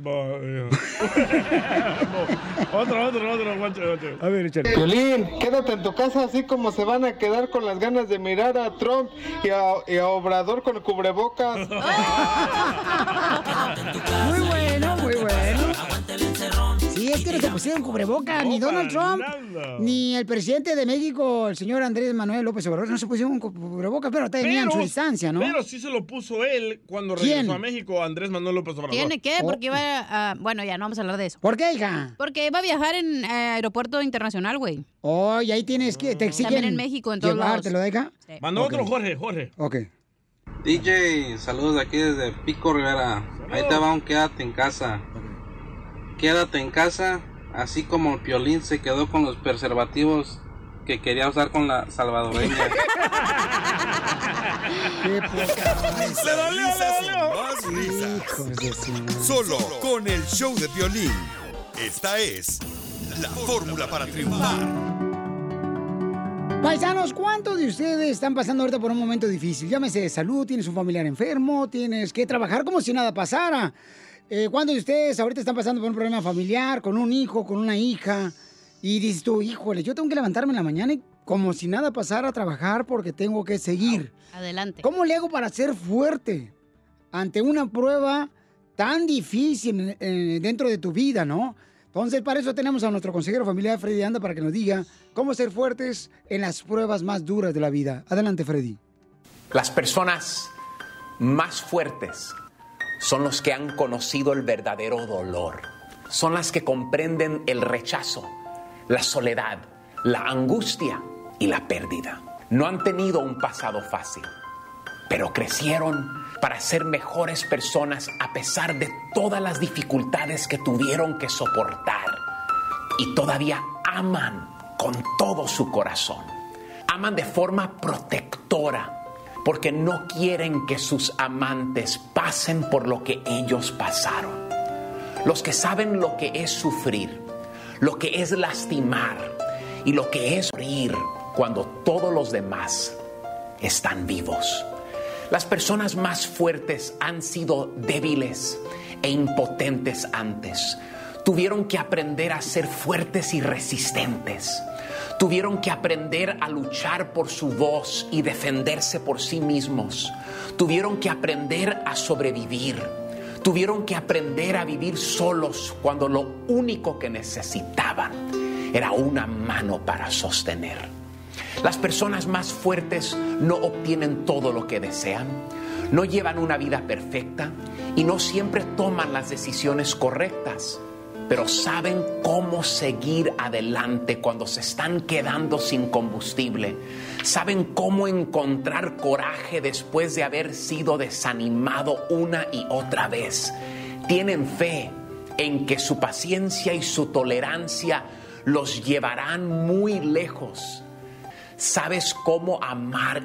S5: eh. *laughs* otro, otro, otro, guacho, guacho.
S23: A ver, échale.
S24: Violín, quédate en tu casa así como se van a quedar con las ganas de mirar a Trump y a, y a Obrador con
S5: *laughs*
S24: cubrebocas.
S4: Muy bueno, muy bueno. Sí, es que no se pusieron cubreboca, ni Donald Trump, ni el presidente de México, el señor Andrés Manuel López Obrador, no se pusieron cubreboca, pero tenían su distancia, ¿no?
S5: Pero sí se lo puso él cuando
S4: ¿Quién?
S5: regresó a México, Andrés Manuel López Obrador. Oh.
S6: Tiene que, porque iba a... Bueno, ya no vamos a hablar de eso.
S4: Oh. ¿Por qué, hija?
S6: Porque iba a viajar en eh, aeropuerto internacional, güey.
S4: Oh, y ahí tienes que, te exigen
S6: También en México, en todos lados.
S4: llevártelo, ¿deja?
S6: Sí.
S5: Mandó
S4: Ok.
S5: otro Jorge, Jorge.
S4: Ok.
S24: DJ, saludos de aquí desde Pico Rivera. Ahí te va un quédate en casa. Quédate en casa, así como el Piolín se quedó con los preservativos que quería usar con la salvadoreña.
S1: Se dolió, Más risas. Solo con el show de violín. Esta es la fórmula para triunfar.
S4: Paisanos, ¿cuántos de ustedes están pasando ahorita por un momento difícil? Llámese de salud, tienes un familiar enfermo, tienes que trabajar como si nada pasara. Eh, ¿Cuántos de ustedes ahorita están pasando por un problema familiar, con un hijo, con una hija? Y dices tú, híjole, yo tengo que levantarme en la mañana y como si nada pasara a trabajar porque tengo que seguir.
S6: Adelante.
S4: ¿Cómo le hago para ser fuerte ante una prueba tan difícil eh, dentro de tu vida, no? Entonces, para eso tenemos a nuestro consejero familiar, Freddy Anda, para que nos diga cómo ser fuertes en las pruebas más duras de la vida. Adelante, Freddy.
S25: Las personas más fuertes son los que han conocido el verdadero dolor. Son las que comprenden el rechazo, la soledad, la angustia y la pérdida. No han tenido un pasado fácil, pero crecieron para ser mejores personas a pesar de todas las dificultades que tuvieron que soportar y todavía aman con todo su corazón. Aman de forma protectora porque no quieren que sus amantes pasen por lo que ellos pasaron. Los que saben lo que es sufrir, lo que es lastimar y lo que es morir cuando todos los demás están vivos. Las personas más fuertes han sido débiles e impotentes antes. Tuvieron que aprender a ser fuertes y resistentes. Tuvieron que aprender a luchar por su voz y defenderse por sí mismos. Tuvieron que aprender a sobrevivir. Tuvieron que aprender a vivir solos cuando lo único que necesitaban era una mano para sostener. Las personas más fuertes no obtienen todo lo que desean, no llevan una vida perfecta y no siempre toman las decisiones correctas, pero saben cómo seguir adelante cuando se están quedando sin combustible, saben cómo encontrar coraje después de haber sido desanimado una y otra vez, tienen fe en que su paciencia y su tolerancia los llevarán muy lejos sabes cómo amar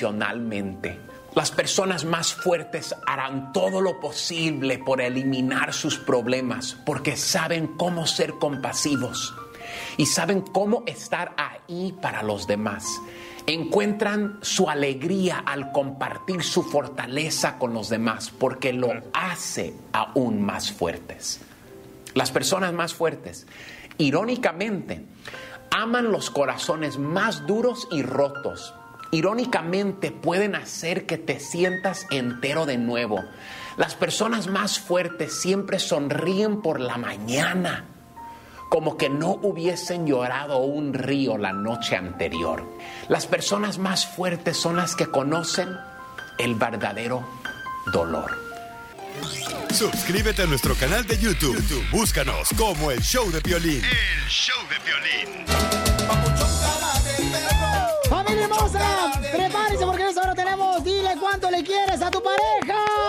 S25: incondicionalmente. Las personas más fuertes harán todo lo posible por eliminar sus problemas porque saben cómo ser compasivos y saben cómo estar ahí para los demás. Encuentran su alegría al compartir su fortaleza con los demás porque lo hace aún más fuertes. Las personas más fuertes, irónicamente, aman los corazones más duros y rotos. Irónicamente pueden hacer que te sientas entero de nuevo. Las personas más fuertes siempre sonríen por la mañana como que no hubiesen llorado un río la noche anterior. Las personas más fuertes son las que conocen el verdadero dolor.
S1: Suscríbete a nuestro canal de YouTube. YouTube, Búscanos como el show de violín.
S20: El show de violín.
S4: ¡Familia hermosa! ¡Prepárense porque nosotros tenemos! ¡Dile cuánto le quieres a tu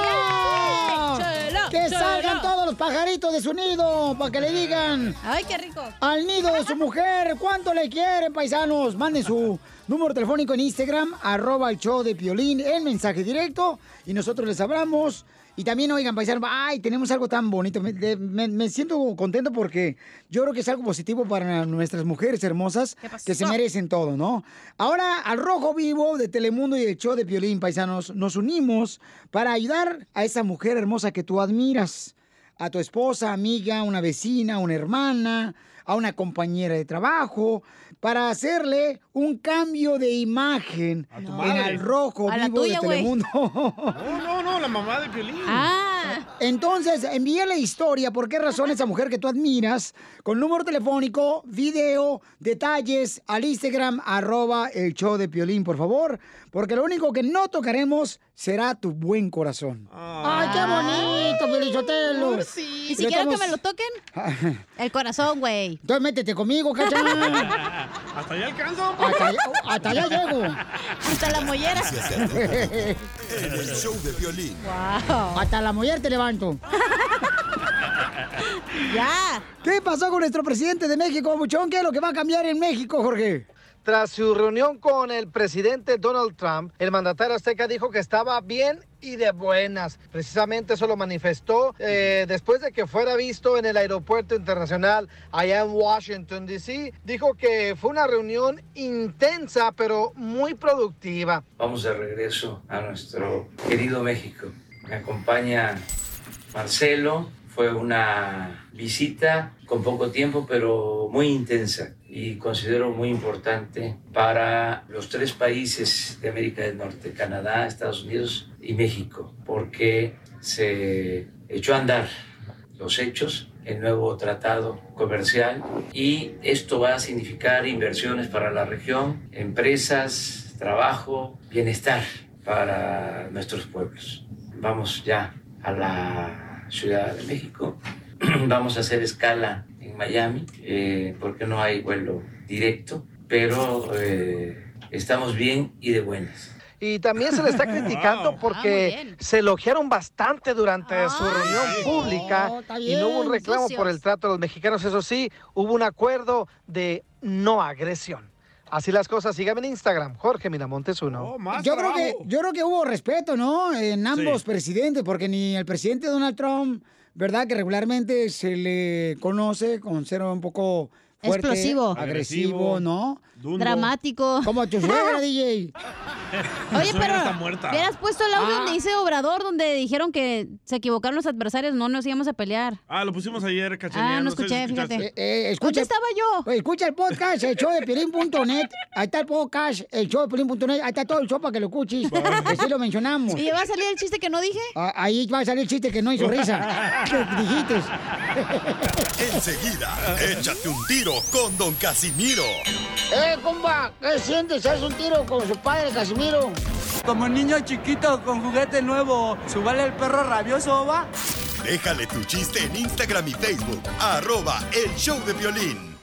S4: pareja!
S6: Chela,
S4: ¡Que
S6: chela.
S4: salgan todos los pajaritos de su nido! ¡Para que le digan!
S6: ¡Ay, qué rico!
S4: Al nido de su mujer, ¿cuánto le quieren, paisanos? Manden su número telefónico en Instagram, arroba el show de Piolín, el mensaje directo, y nosotros les hablamos. Y también, oigan, paisanos, ay, tenemos algo tan bonito. Me, de- me- me siento contento porque yo creo que es algo positivo para nuestras mujeres hermosas que se merecen todo, ¿no? Ahora, al Rojo Vivo de Telemundo y el show de Piolín, paisanos, nos unimos para ayudar a esa mujer hermosa que tú admiras a tu esposa, amiga, una vecina, una hermana, a una compañera de trabajo, para hacerle un cambio de imagen en
S5: madre.
S4: el rojo
S5: A la
S4: vivo
S5: tuya,
S4: de
S5: güey. *laughs*
S4: Telemundo.
S5: No, no, no, la mamá de Piolín. Ah.
S4: Entonces, envíale historia, por qué razón esa mujer que tú admiras, con número telefónico, video, detalles, al Instagram, arroba el show de Piolín, por favor, porque lo único que no tocaremos será tu buen corazón.
S5: Ah.
S4: ¡Ay, qué bonito, Piolichotelo!
S6: Ni siquiera que me
S4: *laughs*
S6: lo toquen. El corazón, güey.
S4: Entonces métete conmigo,
S5: *laughs*
S4: cacha.
S5: Hasta allá alcanzo. pues.
S4: hasta, allá- hasta allá llego.
S6: Hasta la mollera.
S1: En el show de violín.
S4: Hasta la mujer te levanto. ¡Ya! ¿Qué pasó con nuestro presidente de México, Buchón? ¿Qué es lo que va a cambiar en México, Jorge?
S7: Tras su reunión con el presidente Donald Trump, el mandatario azteca dijo que estaba bien y de buenas. Precisamente eso lo manifestó eh, después de que fuera visto en el aeropuerto internacional allá en Washington, D.C. Dijo que fue una reunión intensa pero muy productiva.
S2: Vamos de regreso a nuestro querido México. Me acompaña Marcelo. Fue una visita con poco tiempo, pero muy intensa y considero muy importante para los tres países de América del Norte, Canadá, Estados Unidos y México, porque se echó a andar los hechos, el nuevo tratado comercial y esto va a significar inversiones para la región, empresas, trabajo, bienestar para nuestros pueblos. Vamos ya a la Ciudad de México, *clears throat* vamos a hacer escala en Miami eh, porque no hay vuelo directo, pero eh, estamos bien y de buenas.
S7: Y también se le está criticando porque se elogiaron bastante durante su reunión pública y no hubo un
S2: bien,
S7: reclamo
S2: sucios.
S7: por el trato de los mexicanos. Eso sí, hubo un acuerdo de no agresión. Así las cosas. Síganme en Instagram, Jorge Miramontes uno.
S4: Yo creo, que, yo creo que hubo respeto, ¿no? En ambos
S7: Sí.
S4: presidentes, porque ni el presidente Donald Trump, ¿verdad? Que regularmente se le conoce con ser un poco fuerte,
S6: Explosivo.
S4: agresivo, ¿no?
S6: Dramático.
S4: Como tu
S6: *laughs*
S4: suegra, DJ.
S6: Oye, pero hubieras puesto el audio
S4: Ah.
S6: donde dice Obrador, donde dijeron que se equivocaron los adversarios, no nos íbamos a pelear.
S5: Ah, lo pusimos ayer, cachanilla.
S6: Ah, no
S5: sé si
S6: escuché,
S5: escuchaste.
S6: fíjate.
S4: escucha, estaba yo? Escucha el podcast, el show de Piolín.net. Ahí está el podcast, el show de Piolín.net. Ahí está todo el show para que lo escuches. Que sí lo mencionamos.
S6: ¿Y va a salir el chiste que no dije?
S4: Ah, Ahí va a salir el chiste que no hizo
S6: *laughs*
S4: risa. Que dijiste.
S1: Enseguida, échate un tiro con Don Casimiro.
S4: ¡Eh, compa! ¿Qué sientes? ¿Haz un tiro con su padre, Casimiro?
S13: Como niño chiquito con juguete nuevo, subale el perro rabioso, va.
S1: Déjale tu chiste en Instagram y Facebook, arroba el show de violín.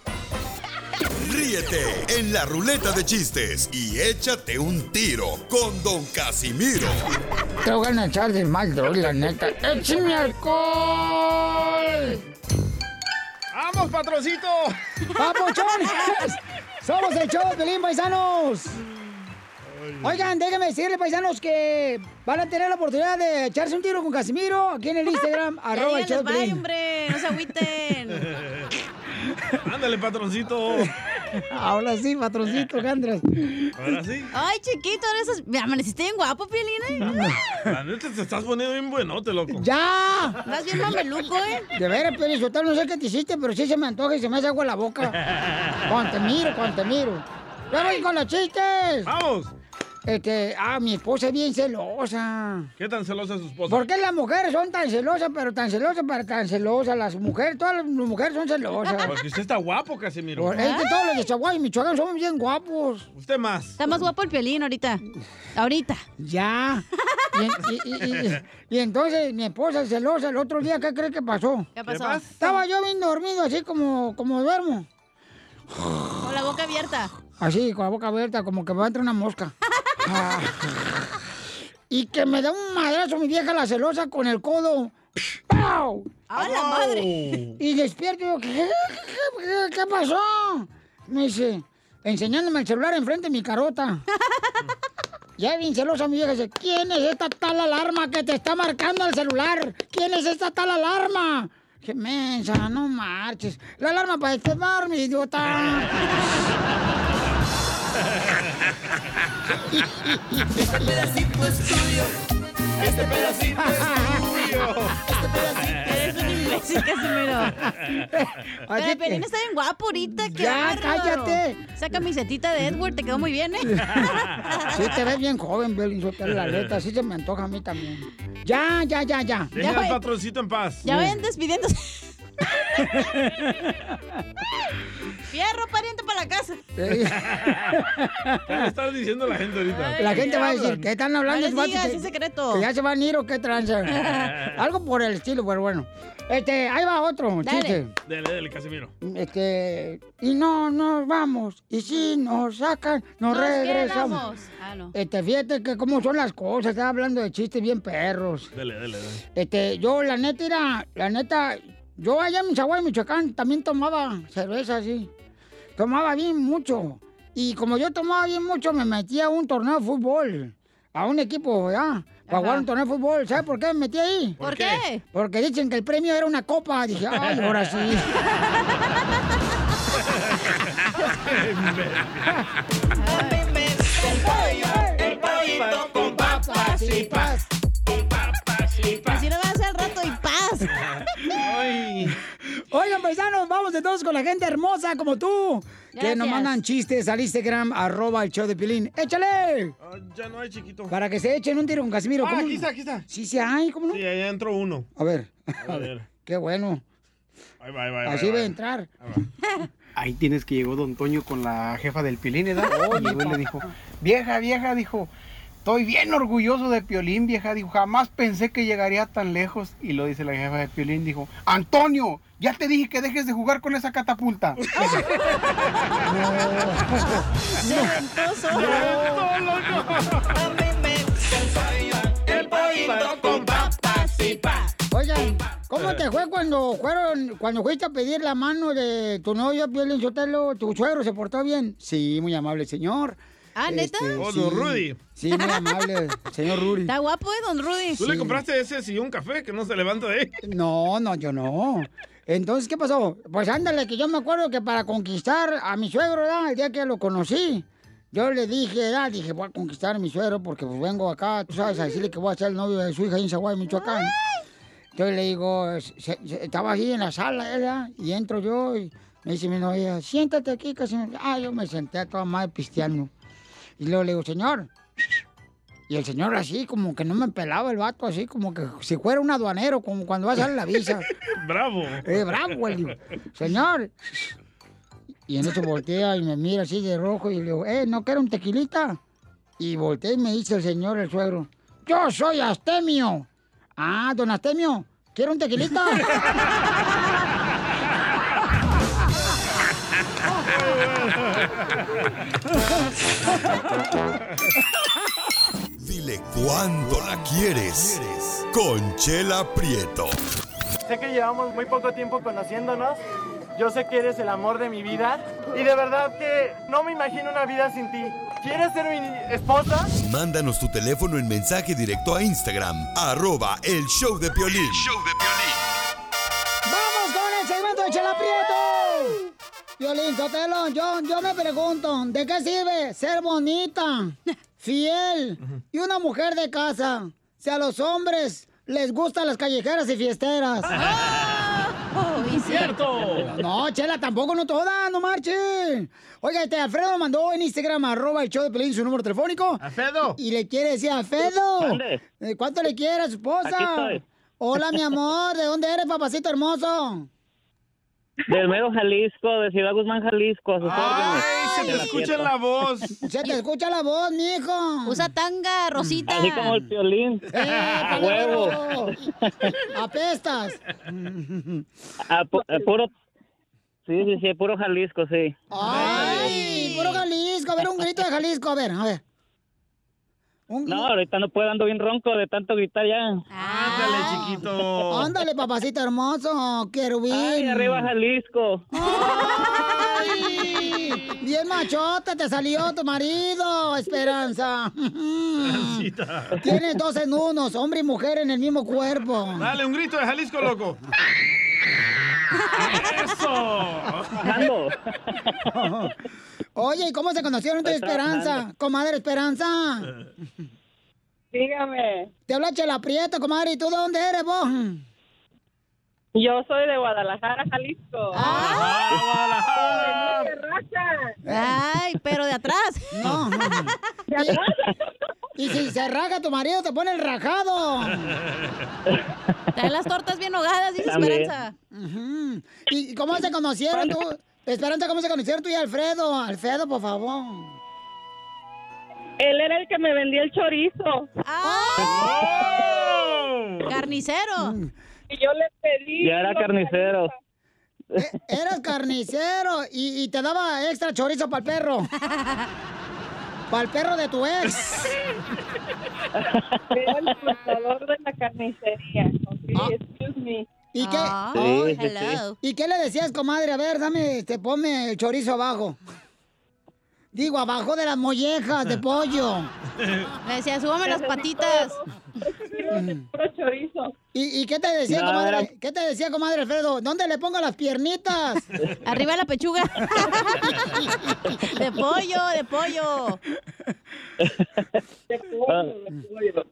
S1: Ríete en la ruleta de chistes y échate un tiro con Don Casimiro.
S4: Te voy a echar de mal, droga, la neta. ¡Eh, ¡Échame alcohol!
S5: ¡Vamos, patrocito!
S4: ¡Papuchones! ¡Somos el show de Pelín, paisanos! Oigan, déjenme decirle, paisanos, que van a tener la oportunidad de echarse un tiro con Casimiro aquí en el
S6: *laughs*
S4: Instagram, arroba el show de
S6: díganles, bye,
S4: Pelín.
S6: hombre, no
S4: *laughs*
S6: se agüiten.
S5: *laughs* Ándale, patroncito.
S4: Ahora sí, patroncito, Gandras.
S5: Ahora sí.
S6: Ay, chiquito, eres... as- Me amaneciste bien guapo, ¿eh? Pielina.
S4: *laughs*
S5: La neta te estás poniendo bien buenote, loco.
S4: ¡Ya!
S6: Estás bien mameluco, ¿eh?
S4: De veras, Pelín, total, no sé qué te hiciste, pero sí se me antoja y se me hace agua la
S6: *laughs*
S4: boca. Cuando te miro, cuando te miro. ¡Ya voy con los chistes!
S5: ¡Vamos!
S4: Este, ah, mi esposa es bien celosa.
S5: ¿Qué tan celosa es su
S4: Pues,
S5: esposa?
S4: ¿Por qué las mujeres son tan celosas, pero tan celosas, pero tan celosas? Las mujeres, todas las mujeres son celosas.
S5: Porque usted está guapo, Casimiro.
S4: Por- es que todos los de Chihuahua y Michoacán somos bien guapos.
S5: ¿eh? Usted más.
S6: Está más guapo el pelín ahorita. Ahorita.
S4: Ya. Y, y- y- y entonces mi esposa es celosa. El otro día, ¿qué crees que pasó?
S6: ¿Qué pasó? pasó?
S4: Estaba yo bien dormido, así como, como duermo.
S6: Con la boca abierta.
S4: Así, con la boca abierta, como que me va a entrar una
S6: *laughs*
S4: mosca. Ah. Y que me da un madrazo mi vieja la celosa con el codo. ¡Pau!
S6: ¡A la madre!
S4: Y despierto y digo, ¿qué, qué- qué pasó? Me dice, enseñándome el celular enfrente de mi
S6: *laughs*
S4: carota. Ya bien celosa mi vieja dice, ¿quién es esta tal alarma que te está marcando el celular? ¿Quién es esta tal alarma? Dije, mensa, no marches. La alarma para despedirme, idiota.
S6: *laughs*
S20: Este pedacito es tuyo. Este pedacito es
S6: *laughs*
S20: tuyo.
S6: Eres un imbécil, Casimiro. *laughs* Pero el pelín está bien guapo ahorita. Qué
S4: Ya, cállate.
S6: Esa camiseta de Edward te quedó muy bien, ¿eh?
S4: Sí, te ves bien joven, Belín, Sotelo, la neta. Sí se me antoja a mí también. Ya, ya, ya, ya.
S5: Deja al patroncito en paz.
S6: *laughs* Ya vayan
S4: *laughs*
S6: despidiéndose. Fierro, pariente para la casa.
S5: ¿Qué le estás diciendo a la gente ahorita?
S4: La gente va a decir, ¿qué están hablando?
S6: No les
S4: esos vatos
S6: digas,
S4: que-
S6: es secreto.
S4: Que ya se van a ir o qué
S6: *laughs*
S4: tranza. Algo por el estilo, pero bueno. Este, ahí va otro chiste.
S5: Dale, dale, Casimiro.
S4: Este, y no nos vamos. Y si nos sacan, nos, regresamos.
S6: Ah, no.
S4: Este, fíjate que cómo son las cosas. Estaba hablando de chistes bien perros.
S5: Dale, dale, dale.
S4: Este, yo, la neta, era, la neta, yo allá en Michoacán, Michoacán, también tomaba cerveza así. Tomaba bien mucho. Y como yo tomaba bien mucho, me metía a un torneo de fútbol. A un equipo, ¿verdad? Para jugar un torneo de fútbol. ¿Sabes por qué me metí ahí?
S6: ¿Por ¿Por qué? qué?
S4: Porque dicen que el premio era una copa. Dije, ay, ahora sí.
S5: *laughs*
S20: El pollo, el pollito con papas y paz.
S6: Así lo vas a hacer al rato y paz.
S4: Oigan, paisanos, vamos entonces con la gente hermosa como tú. Que nos
S5: Gracias.
S4: mandan chistes al Instagram, arroba el show de Pilín. ¡Échale!
S5: Ah, ya no hay chiquito.
S4: Para que se echen un tiro con Casimiro.
S5: Ah,
S4: ¿Cómo?
S5: aquí está, aquí está.
S4: Sí, sí, ay, ¿cómo no?
S5: Sí, ahí entró uno.
S4: A ver. *laughs*
S5: A ver.
S4: Qué bueno.
S5: Ahí va, ahí va. ahí va,
S4: Así
S5: ahí
S4: va
S5: va.
S4: a entrar.
S3: Ahí tienes que llegó Don Toño con la jefa del Piolín, ¿verdad?
S4: *laughs* Oye,
S3: Llegó y
S4: papá.
S3: le dijo, vieja, vieja, dijo, estoy bien orgulloso de Piolín, vieja, dijo, jamás pensé que llegaría tan lejos. Y lo dice la jefa de Piolín, dijo, Antonio, ya te dije que dejes de jugar con esa
S4: *laughs*
S3: catapulta.
S20: Se aventó solo. El pollito con papas y paz.
S4: Oigan, ¿cómo te fue cuando fueron, cuando fuiste a pedir la mano de tu novio, Piolín Sotelo? ¿Tu suegro se portó bien? Sí, muy amable, señor. Este,
S6: Ah, ¿neta?
S5: Oh, don Rudy.
S4: Sí, muy amable, señor Rudy.
S6: *laughs* Está guapo, ¿eh, don Rudy?
S5: ¿Tú le compraste ese sillón café que no se levanta de ahí?
S4: No, no, yo no. Entonces, ¿qué pasó? Pues ándale, que yo me acuerdo que para conquistar a mi suegro, ¿verdad? El día que lo conocí, yo le dije, ¿verdad? Dije, voy a conquistar a mi suegro porque pues, vengo acá, tú sabes, a decirle que voy a ser el novio de su hija en Zaguay, Michoacán. Entonces le digo, se- se- estaba ahí en la sala, ¿eh, ¿verdad? Y entro yo y me dice mi novia, siéntate aquí, casi. Ah, yo me senté a toda madre pisteando. Y luego le digo, señor. Y el señor así, como que no me pelaba el vato, así como que si fuera un aduanero, como cuando va a salir la visa.
S5: *laughs* Bravo.
S4: Eh, bravo, el Señor. Y en eso voltea y me mira así de rojo y le digo, eh, ¿no quiero un tequilita? Y voltea y me dice el señor, el suegro, yo soy Astemio. Ah, don Astemio, ¿quiero un tequilita?
S1: Dile cuándo la quieres. Conchela Prieto.
S8: Sé que llevamos muy poco tiempo conociéndonos. Yo sé que eres el amor de mi vida. Y de verdad que no me imagino una vida sin ti. ¿Quieres ser mi esposa?
S1: Mándanos tu teléfono en mensaje directo a Instagram, arroba el show de Piolín.
S4: ¡Vamos con el segmento de Chela Prieto! Violín, Sotelo, yo, yo me pregunto, ¿de qué sirve ser bonita, fiel y una mujer de casa si a los hombres les gustan las callejeras y fiesteras? sí. No, Chela, tampoco, no toda, no marche. Oiga, este Alfredo mandó en Instagram, arroba el show de Pelín, su número telefónico. ¡Alfredo! Y le quiere decir a Alfredo.
S11: Mande.
S4: eh, ¿Cuánto le quiere a su esposa?
S11: Aquí estoy.
S4: Hola, mi amor, ¿de dónde eres, papacito hermoso?
S11: Del mero Jalisco, de Ciudad Guzmán, Jalisco, a sus órdenes.
S4: voz. *laughs* Se te escucha la voz, mijo. Usa tanga, Rosita.
S11: Así como el violín. ¡A huevo!
S4: Mm. Apestas.
S11: A pu- a puro... Sí, sí, sí, puro Jalisco, sí.
S4: Ay, puro Jalisco. A ver, un grito de Jalisco. A ver, a ver.
S11: No, ahorita no puedo, ando bien ronco de tanto gritar ya.
S4: Ándale, chiquito. Ándale, papacito hermoso. Querubín.
S11: Ay, arriba Jalisco.
S4: Ay, bien machota te salió tu marido,
S11: *laughs*
S4: Esperanza. Tienes dos en unos, hombre y mujer en el mismo cuerpo.
S5: Dale un grito de Jalisco, loco.
S11: ¡Eso!
S4: Oye, ¿y cómo se conocieron tú y Esperanza? Comadre Esperanza.
S11: Dígame.
S4: Te habla Chela Prieto, comadre. ¿Y tú de dónde eres vos?
S11: *laughs* Yo soy de Guadalajara, Jalisco. ¡Ah!
S4: Ay, pero de atrás.
S6: *laughs*
S4: No. ¿De atrás? Y si se raja tu marido, te pone el rajado.
S6: Trae las tortas bien ahogadas, dice
S4: También. *laughs*
S6: Esperanza.
S4: Ujú. ¿Y cómo se conocieron tú? Esperanza, ¿cómo se conocieron tú y Alfredo? Alfredo, por favor.
S11: Él era el que me vendía el chorizo. ¡Oh!
S6: Carnicero.
S11: Y yo le pedí. Ya era carnicero.
S4: E- Eras carnicero y, y te daba extra chorizo para el
S6: *laughs*
S4: perro. Para el perro de tu ex.
S11: Era el portador de la carnicería.
S6: Ah.
S11: Ok, excuse me.
S4: ¿Y qué?
S11: Ah.
S6: Oh,
S11: Sí, sí, sí.
S4: ¿Y qué le decías, comadre? A ver, dame, te ponme el chorizo abajo. Digo, abajo de las mollejas de pollo.
S6: Me decía, súbame las patitas.
S4: Mm. ¿Y, y qué te decía,
S6: No,
S4: comadre?
S6: era-
S4: ¿Qué te decía, comadre Alfredo? ¿Dónde le pongo las piernitas?
S6: *laughs* Arriba de la pechuga. De pollo, de pollo.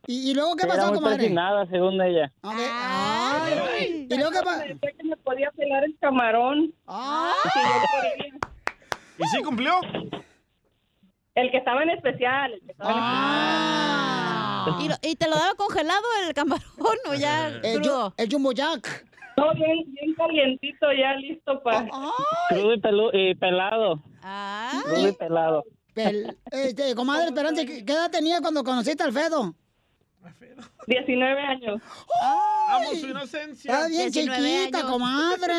S4: ¿Y, y luego qué
S11: Era
S4: pasó,
S11: muy
S4: comadre?
S11: persinada, según ella.
S4: A ver, ay. ¿Y luego qué pasó?
S11: que me podía pelar el camarón.
S6: "Ah,
S5: ¿Y sí cumplió?
S11: El que estaba en especial. El que estaba
S4: Ah.
S6: ¿Y, lo- y te lo daba congelado el camarón o ya
S11: El
S6: crudo?
S4: El jumbo jack.
S11: No, bien, bien calientito, ya listo para.
S4: Oh,
S11: Crudo y, pelu- y pelado.
S6: Ah,
S11: Crudo y pelado.
S4: *laughs* Pel- este, comadre Esperanza, ¿qué qué edad tenías cuando conociste a Alfredo?
S11: 19 años.
S5: Amo su inocencia.
S4: Está bien chiquita, comadre.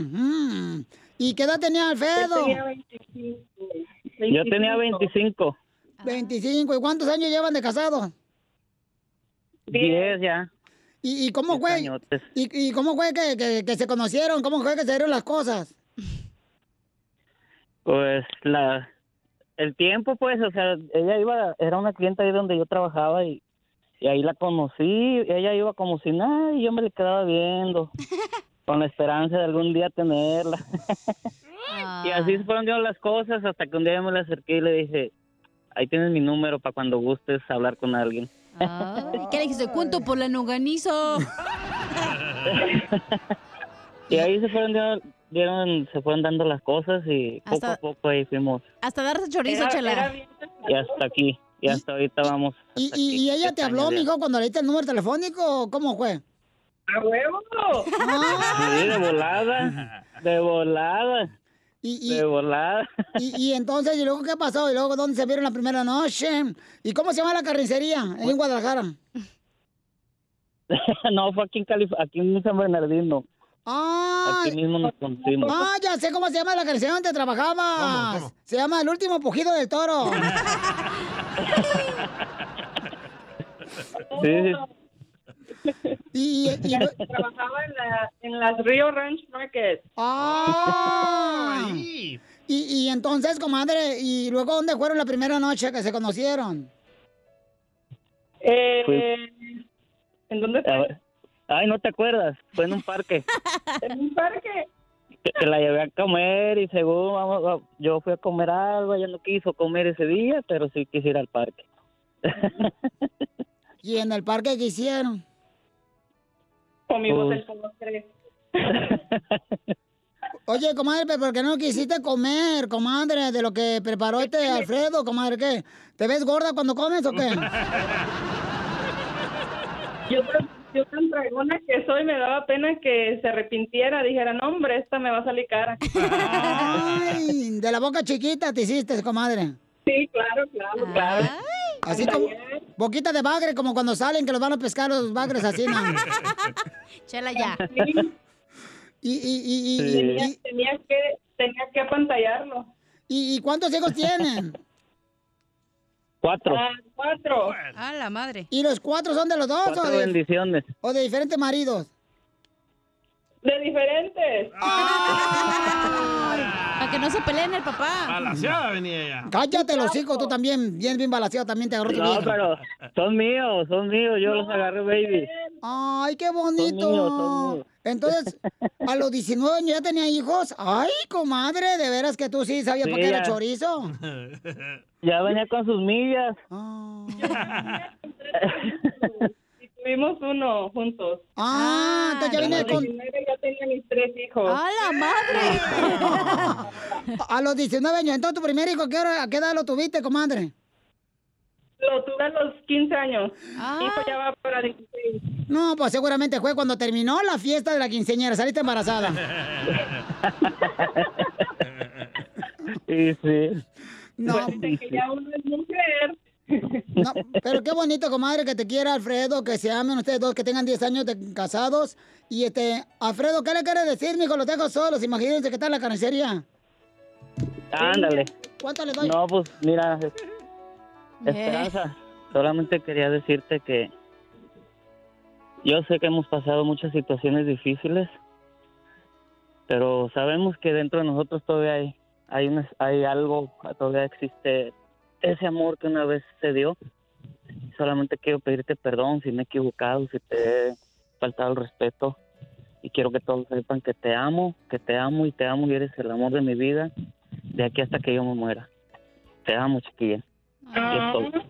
S4: Mm. ¿Y qué edad tenía Alfredo?
S11: Yo tenía
S4: 25.
S11: Yo tenía 25.
S4: 25. Ah. ¿Y cuántos años llevan de casado?
S11: 10 Pues ya.
S4: ¿Y, y cómo fue?
S11: añotes.
S4: ¿Y, y cómo fue que, que- que se conocieron? ¿Cómo fue que se dieron las cosas?
S11: Pues la el tiempo pues, o sea, ella iba era una clienta ahí donde yo trabajaba y y ahí la conocí, ella iba como si nada y yo me le quedaba viendo con la esperanza de algún día tenerla.
S17: Ah.
S21: Ah.
S11: Y así fueron dando las cosas hasta que un día yo me le acerqué y le dije, "Ahí tienes mi número para cuando gustes hablar con alguien."
S6: Ay, ¿Qué le dijiste? ¿Cuánto por la noganizo?
S11: Y ahí se fueron dando- dieron- se fueron dando las cosas y poco
S6: Hasta-
S11: a poco ahí fuimos
S6: Hasta darse chorizo,
S11: Era-
S6: chela.
S11: era y hasta aquí y hasta ahorita vamos.
S4: ¿Y, y- y ella te habló, mijo, cuando le diste el número telefónico? o ¿Cómo fue? Ah,
S11: ¡A huevo! Sí, de volada, de volada, de volada. *laughs*
S4: Y, y entonces, ¿y luego qué pasó? ¿Y luego dónde se vieron la primera noche? ¿Y cómo se llama la carnicería ahí
S11: Pues,
S4: en Guadalajara?
S11: No, fue aquí en Calif- aquí en San Bernardino.
S4: ¡Ay!
S11: Aquí mismo nos conocimos.
S4: Ah, ya sé cómo se llama la canción donde trabajabas. Se llama El último pujido del toro.
S11: Sí, sí.
S4: y, y- *laughs*
S11: Trabajaba en, la, en las Rio Ranch Market.
S4: ¡Ah! y, y entonces, comadre, ¿y luego dónde fueron la primera noche que se conocieron?
S11: Fue- Eh, ¿En dónde Ay, ¿no te acuerdas? Fue en un parque.
S12: ¿En un parque?
S11: que que la llevé a comer y según vamos, va- yo fui a comer algo, ella no quiso comer ese día, pero sí quisiera al parque.
S4: ¿Y en el parque que hicieron?
S11: Comimos el
S4: *laughs* Oye, comadre, pero ¿por qué no quisiste comer, comadre, de lo que preparó este Alfredo, comadre? ¿Qué? ¿Te ves gorda cuando comes o qué?
S12: Yo, tan- yo tan dragona que soy, me daba pena que se arrepintiera, dijera, no hombre, esta me va a salir
S4: *laughs*
S12: cara.
S4: Ay, de la boca chiquita te hiciste, comadre.
S12: Sí, claro, claro, claro.
S4: Así como boquita de bagre, como cuando salen que los van a pescar los bagres así, ¿no?
S6: *laughs* Chela ya.
S4: Y, y, y, y-
S12: Tenía,
S4: y-
S12: tenía que, tenía que apantallarlo.
S4: y- y cuántos hijos tienen?
S11: Cuatro.
S4: Ah,
S12: cuatro.
S6: Ah, la madre.
S4: ¿Y los cuatro son de los dos o
S11: Cuatro
S4: de,
S11: bendiciones.
S4: o de diferentes maridos?
S12: De diferentes.
S6: Para que no se peleen el papá.
S5: Balaseada venía ella.
S4: Cállate los hijos, tú también, bien, bien balaseado, también te agarró tu
S11: No,
S4: vieja.
S11: pero son míos, son míos, yo los agarré, baby.
S4: Ay, qué
S11: Son míos, son
S4: bonito.
S11: míos. *laughs*
S4: Entonces, a los 19 años ya tenía hijos. Ay, comadre, de veras que tú sí sabías
S11: Sí,
S4: para qué era
S11: ya.
S4: chorizo.
S11: Ya venía con sus millas.
S12: Y tuvimos uno juntos.
S4: Ah, entonces ya
S12: A
S4: venía
S12: los
S4: con...
S12: 19 ya tenía mis tres hijos.
S4: ¡A la madre! *laughs* a los 19 años. Entonces, tu primer hijo, ¿qué hora- ¿a qué edad lo tuviste, comadre?
S12: Lo tuve a los 15 años.
S4: Ah.
S12: Hijo ya va para 16.
S4: No, pues seguramente fue cuando terminó la fiesta de la quinceañera. Saliste
S20: *laughs*
S4: embarazada.
S11: *laughs* Sí, sí. Pues,
S4: No, Eh.
S12: Dicen que ya uno es mujer.
S4: No, pero qué bonito, comadre, que te quiera Alfredo, que se amen ustedes dos, que tengan 10 años de casados. Y este, Alfredo, ¿qué le quieres decir, mijo? Los dejo solos, imagínense que está en la carnicería.
S11: Ándale.
S4: ¿Cuánto le doy?
S11: No, pues
S4: *laughs*
S11: mira, es- Esperanza, solamente quería decirte que yo sé que hemos pasado muchas situaciones difíciles, pero sabemos que dentro de nosotros todavía hay, hay, una- hay algo, todavía existe ese amor que una vez se dio. Solamente quiero pedirte perdón si me he equivocado, si te he faltado el respeto. Y quiero que todos sepan que te amo, que te amo y te amo y eres el amor de mi vida de aquí hasta que yo me muera. Te amo, chiquilla.
S20: Ah.
S4: Ah.
S11: Aquí estoy.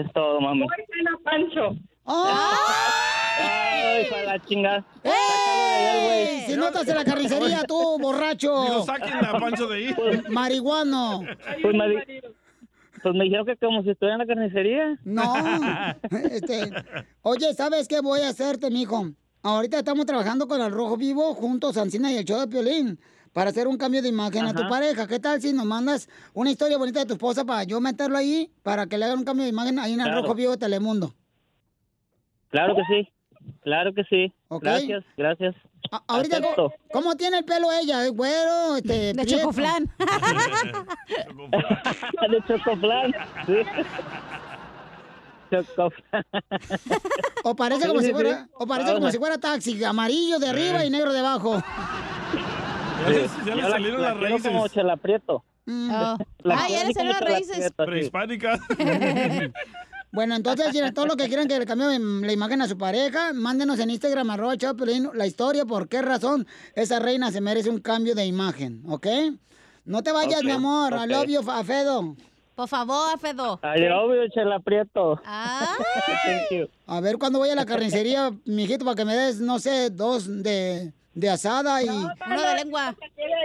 S11: *laughs* es todo, mami.
S12: Hola, Pancho.
S11: Ay, para la chingada.
S4: ¡Ey! Si no estás en la carnicería,
S11: *laughs*
S4: tú, borracho.
S11: Digo, sáquenla, Pancho, de
S4: *laughs*
S11: ahí.
S4: Marihuano.
S11: Pues me, di- pues me dijeron que como si estuviera en la carnicería.
S4: No. Este, oye, ¿sabes qué voy a hacerte, mijo? Ahorita estamos trabajando con el Rojo Vivo juntos, Ancina y el show de Piolín, para hacer un cambio de imagen a tu
S11: Ajá.
S4: pareja. ¿Qué tal si nos mandas una historia bonita de tu esposa para yo meterlo ahí, para que le hagan un cambio de imagen ahí en el
S11: Claro.
S4: Rojo Vivo de Telemundo?
S11: *laughs* Claro que sí. Claro que sí. Gracias, gracias.
S4: A- ahorita,
S11: Acepto.
S4: ¿cómo, cómo tiene el pelo ella? ¿Es güero? Este,
S6: De
S4: prieto?
S6: chocoflán.
S11: De *laughs* Chocoflan. Sí. Chocoflan.
S4: O parece
S11: Sí,
S4: como
S11: sí,
S4: si
S11: sí.
S4: fuera, o parece como
S11: Ahora.
S4: si fuera taxi, amarillo de arriba y negro de abajo.
S11: Ya le, salieron las raíces. como Chela Prieto.
S4: Ah,
S11: La quiero así como Chela Prieto, sí.
S5: Prehispánicas.
S4: Bueno, entonces, mira, todos los que quieran que le cambie la imagen a su pareja, mándenos en Instagram, arroba Chapelín, la historia, por qué razón esa reina se merece un cambio de imagen, ¿ok? No te vayas,
S11: Ok,
S4: mi amor,
S11: ok.
S4: I love you, Afedo. Por favor, Afedo.
S11: Ay, obvio, Chela Prieto. *laughs* Thank you.
S4: A ver, cuando voy a la carnicería, mijito, para que me des, no sé, dos de, de asada y...
S12: Uno de lengua.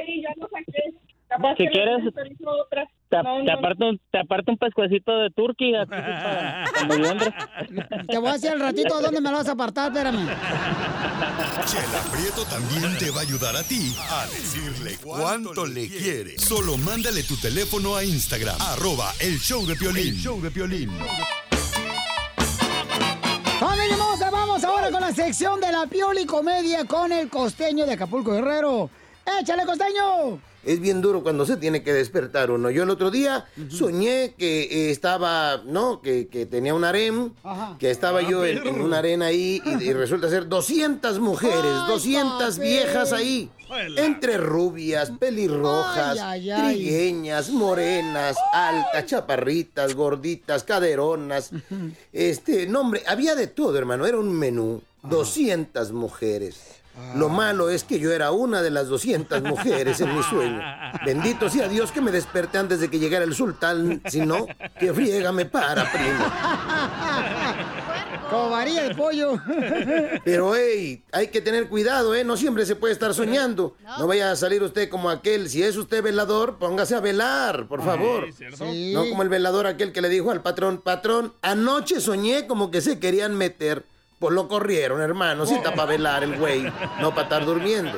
S12: ahí, ya lo saqué. Capaz
S11: Si
S12: que me
S11: quieres,
S12: autorizo otra.
S11: Te,
S12: No,
S11: te
S12: no,
S11: aparto un, te aparto un pescuecito de Turquía. aquí para- para noviembre.
S4: Te voy a decir al ratito a dónde me lo vas a apartar, espérame.
S1: Chela Prieto también te va a ayudar a ti a decirle cuánto le quiere. Solo mándale tu teléfono a Instagram, arroba el show de Piolín. show de Piolín.
S4: ¡Familia hermosa! Vamos ahora con la sección de la Pioli Comedia con el costeño de Acapulco Guerrero. ¡Échale, costeño!
S18: Es bien duro cuando se tiene que despertar uno. Yo el otro día soñé que eh, estaba, no, que, que tenía un harem,
S4: Ajá.
S18: que estaba yo en, en una arena ahí y, y resulta ser 200 mujeres, 200
S4: papi!
S18: viejas ahí. Entre rubias, pelirrojas,
S4: Ay, ay, ay.
S18: trigueñas, morenas, altas, chaparritas, gorditas, caderonas. Este, no, hombre, había de todo, hermano. Era un menú. 200 mujeres. Lo malo es que yo era una de las 200 mujeres en mi sueño. Bendito sea Dios que me desperté antes de que llegara el sultán. Si no, que friega me para, primo.
S4: Cobaría el pollo.
S18: *laughs* Pero, hey, hay que tener cuidado, ¿eh? No siempre se puede estar soñando. No vaya a salir usted como aquel. Si es usted velador, póngase a velar, por favor.
S4: Sí.
S18: No como el velador aquel que le dijo al patrón, patrón, anoche soñé como que se querían meter. Pues lo corrieron, hermano. Sí está para velar el güey, no para estar durmiendo.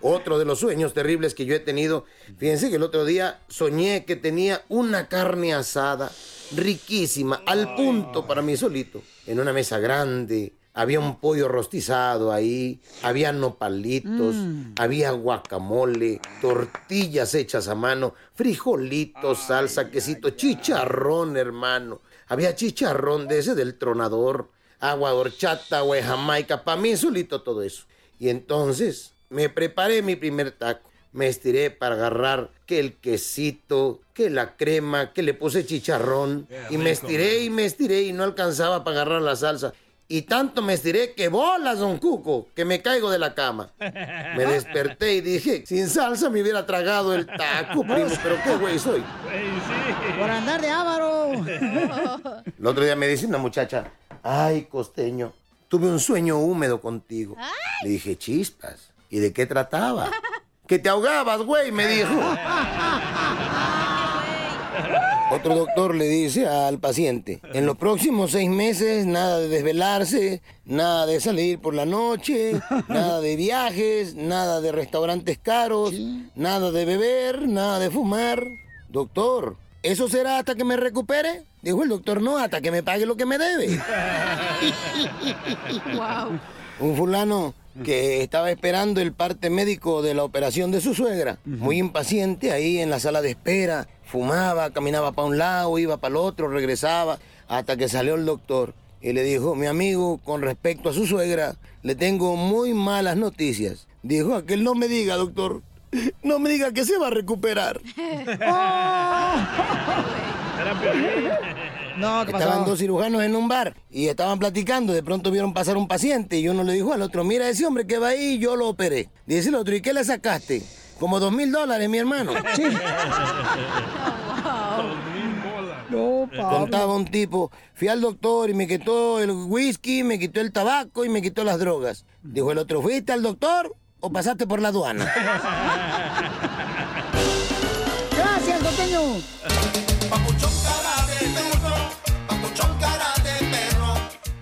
S18: Otro de los sueños terribles que yo he tenido. Fíjense que el otro día soñé que tenía una carne asada riquísima, al punto para mí solito, en una mesa grande. Había un pollo rostizado ahí, había nopalitos,
S14: Mm.
S18: había guacamole, tortillas hechas a mano, frijolitos, salsa, quesito, chicharrón, hermano. Había chicharrón de ese del tronador, agua de horchata, güey, jamaica, para mí solito todo eso. Y entonces me preparé mi primer taco. Me estiré para agarrar que el quesito, que la crema, que le puse chicharrón. y me
S14: rico,
S18: estiré y me estiré y no alcanzaba para agarrar la salsa. Y tanto me estiré que bolas, don Cuco, que me caigo de la cama. Me desperté y dije, sin salsa me hubiera tragado el taco, Ah, primo, pero qué güey soy.
S4: Por andar de ávaro.
S18: El otro día me dice una muchacha, ay, costeño, tuve un sueño húmedo contigo. Le dije, chispas, ¿y de qué trataba? que te ahogabas, güey, me *laughs* dijo. Otro doctor le dice al paciente, en los próximos seis meses nada de desvelarse, nada de salir por la noche, nada de viajes, nada de restaurantes caros, nada de beber, nada de fumar. Doctor, ¿eso será hasta que me recupere? Dijo el doctor, no, hasta que me pague lo que me debe. Un fulano que estaba esperando el parte médico de la operación de su suegra, muy impaciente ahí en la sala de espera, fumaba, caminaba para un lado, iba para el otro, regresaba, hasta que salió el doctor y le dijo, mi amigo, con respecto a su suegra, le tengo muy malas noticias. Dijo aquel, no me diga, doctor, no me diga que se va a recuperar.
S4: No, ¿qué pasó?
S18: Estaban dos cirujanos en un bar y estaban platicando. De pronto vieron pasar un paciente y uno le dijo al otro, mira ese hombre que va ahí, yo lo operé. Dice el otro, ¿y qué le sacaste? Como dos mil dólares, mi
S4: *laughs*
S18: hermano.
S4: No, Pablo.
S18: Contaba un tipo, fui al doctor y me quitó el whisky, me quitó el tabaco y me quitó las drogas. Dijo el otro, ¿fuiste al doctor o pasaste por la aduana?
S4: Gracias, costeño.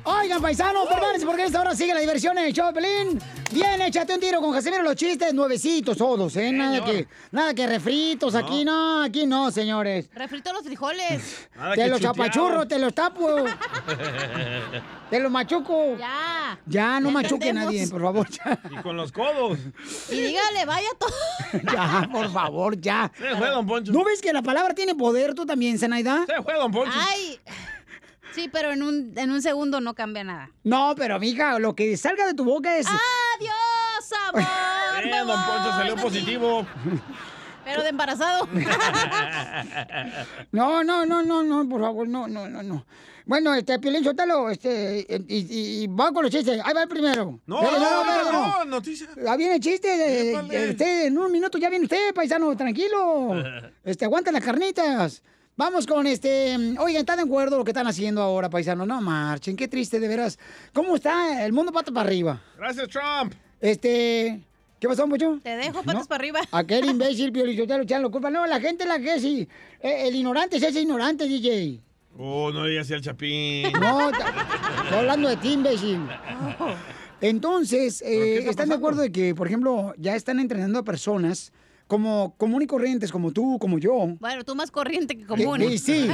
S4: Oigan, paisanos, prepárense porque a esta hora sigue la diversión en el show de Pelín. Bien, échate un tiro con Casimiro, los chistes nuevecitos todos, ¿eh? Nada que, nada que refritos, aquí no, aquí no, señores.
S6: Refrito los
S5: *laughs*
S6: frijoles.
S4: te los chapachurro, te los tapo, te los machuco.
S6: Ya.
S4: Ya, no
S6: Ya
S4: machuque a nadie,
S6: entendemos.
S4: por favor. ya.
S5: Y con los codos.
S6: Y dígale, vaya todo.
S4: *laughs* Ya, por favor, ya.
S5: Se fue, don Poncho.
S4: ¿No ves que la palabra tiene poder tú también, Zenaida?
S5: Se fue, don Poncho.
S6: Ay. Sí, pero en un, en un segundo no cambia nada.
S4: No, pero mija, lo que salga de tu boca
S6: Ah,
S4: es.
S6: ¡Adiós, amor!
S5: Eh, don Poncho salió
S20: *laughs*
S5: positivo.
S6: Pero de
S5: *laughs*
S6: embarazado.
S4: No, no, no, no, no, por favor, no, no, no, no. Bueno, este, Piolín Sotelo, este, y, y- y va con los chistes. Ahí va el primero.
S5: No,
S4: Pero,
S5: no,
S4: pero,
S5: no,
S4: no.
S5: no, noticia.
S4: Ya viene el chiste. eh,
S5: Épale.
S4: usted, en un minuto ya viene usted, paisano, tranquilo.
S5: *laughs*
S4: Este, aguanta las carnitas. Vamos con este. Oigan, ¿están de acuerdo lo que están haciendo ahora, paisano? No marchen, qué triste, de veras. ¿Cómo está el mundo pata para arriba?
S5: Gracias, Trump.
S4: Este. ¿Qué pasó, mucho?
S6: Te dejo patas para arriba.
S4: *laughs* Aquel imbécil, Piolichotelo, echan la culpa. No, la gente es la que es. y- eh, el ignorante es ese ignorante, DJ.
S5: Oh, no le digas así al Chapín.
S4: No, ta- estoy hablando de ti, imbécil. Entonces, eh, ¿están de acuerdo de que, por ejemplo, ya están entrenando a personas como común y corrientes, como tú, como yo?
S6: Bueno, tú más corriente que común.
S4: Eh, eh,
S6: *laughs*
S4: sí.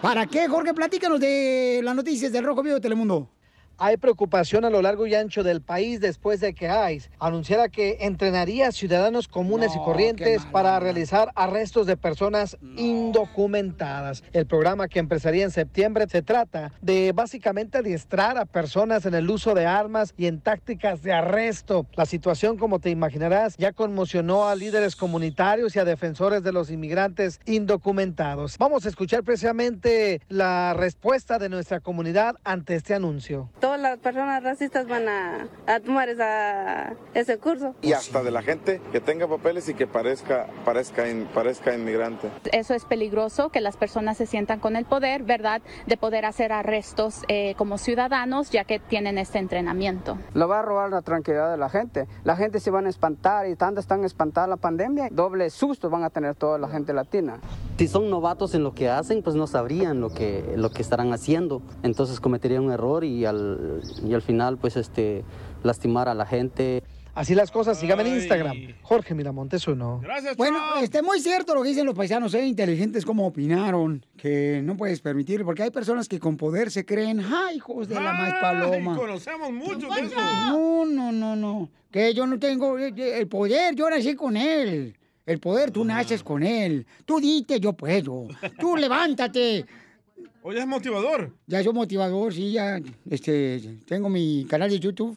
S4: ¿Para qué, Jorge? Platícanos de Eh, las noticias del Rojo Vivo de Telemundo.
S7: Hay preocupación a lo largo y ancho del país después de que ICE anunciara que entrenaría ciudadanos comunes y corrientes para realizar arrestos de personas indocumentadas. El programa que empezaría en septiembre se trata de básicamente adiestrar a personas en el uso de armas y en tácticas de arresto. La situación, como te imaginarás, ya conmocionó a líderes comunitarios y a defensores de los inmigrantes indocumentados. Vamos a escuchar precisamente la respuesta de nuestra comunidad ante este anuncio.
S14: todas las personas racistas van a, a tomar esa, ese curso.
S10: Y hasta de la gente que tenga papeles y que parezca, parezca, in- parezca inmigrante.
S16: Eso es peligroso, que las personas se sientan con el poder, ¿verdad?, de poder hacer arrestos eh, como ciudadanos, ya que tienen este entrenamiento.
S15: Lo va a robar la tranquilidad de la gente. La gente se van a espantar y tanto están espantadas la pandemia. Doble susto van a tener toda la gente latina.
S17: Si son novatos en lo que hacen, pues no sabrían lo que, lo que estarán haciendo. Entonces cometerían un error y al, y al final, pues, este, lastimar a la gente.
S7: Así las cosas, sígame en Instagram. Jorge Miramontes uno.
S4: Bueno, este, muy cierto lo que dicen los paisanos, eh, inteligentes como opinaron, que no puedes permitir, porque hay personas que con poder se creen, ¡ay, hijos *laughs* de la más paloma!
S5: Ay, conocemos mucho de eso.
S4: No, no, no, no, que yo no tengo eh, eh, el poder, yo nací con él. El poder
S5: Ah.
S4: tú naces con él. Tú dite, yo puedo.
S5: *laughs*
S4: Tú levántate.
S5: Oye, es motivador.
S4: Ya soy motivador, sí, ya este, tengo mi canal de
S5: *laughs*
S4: YouTube.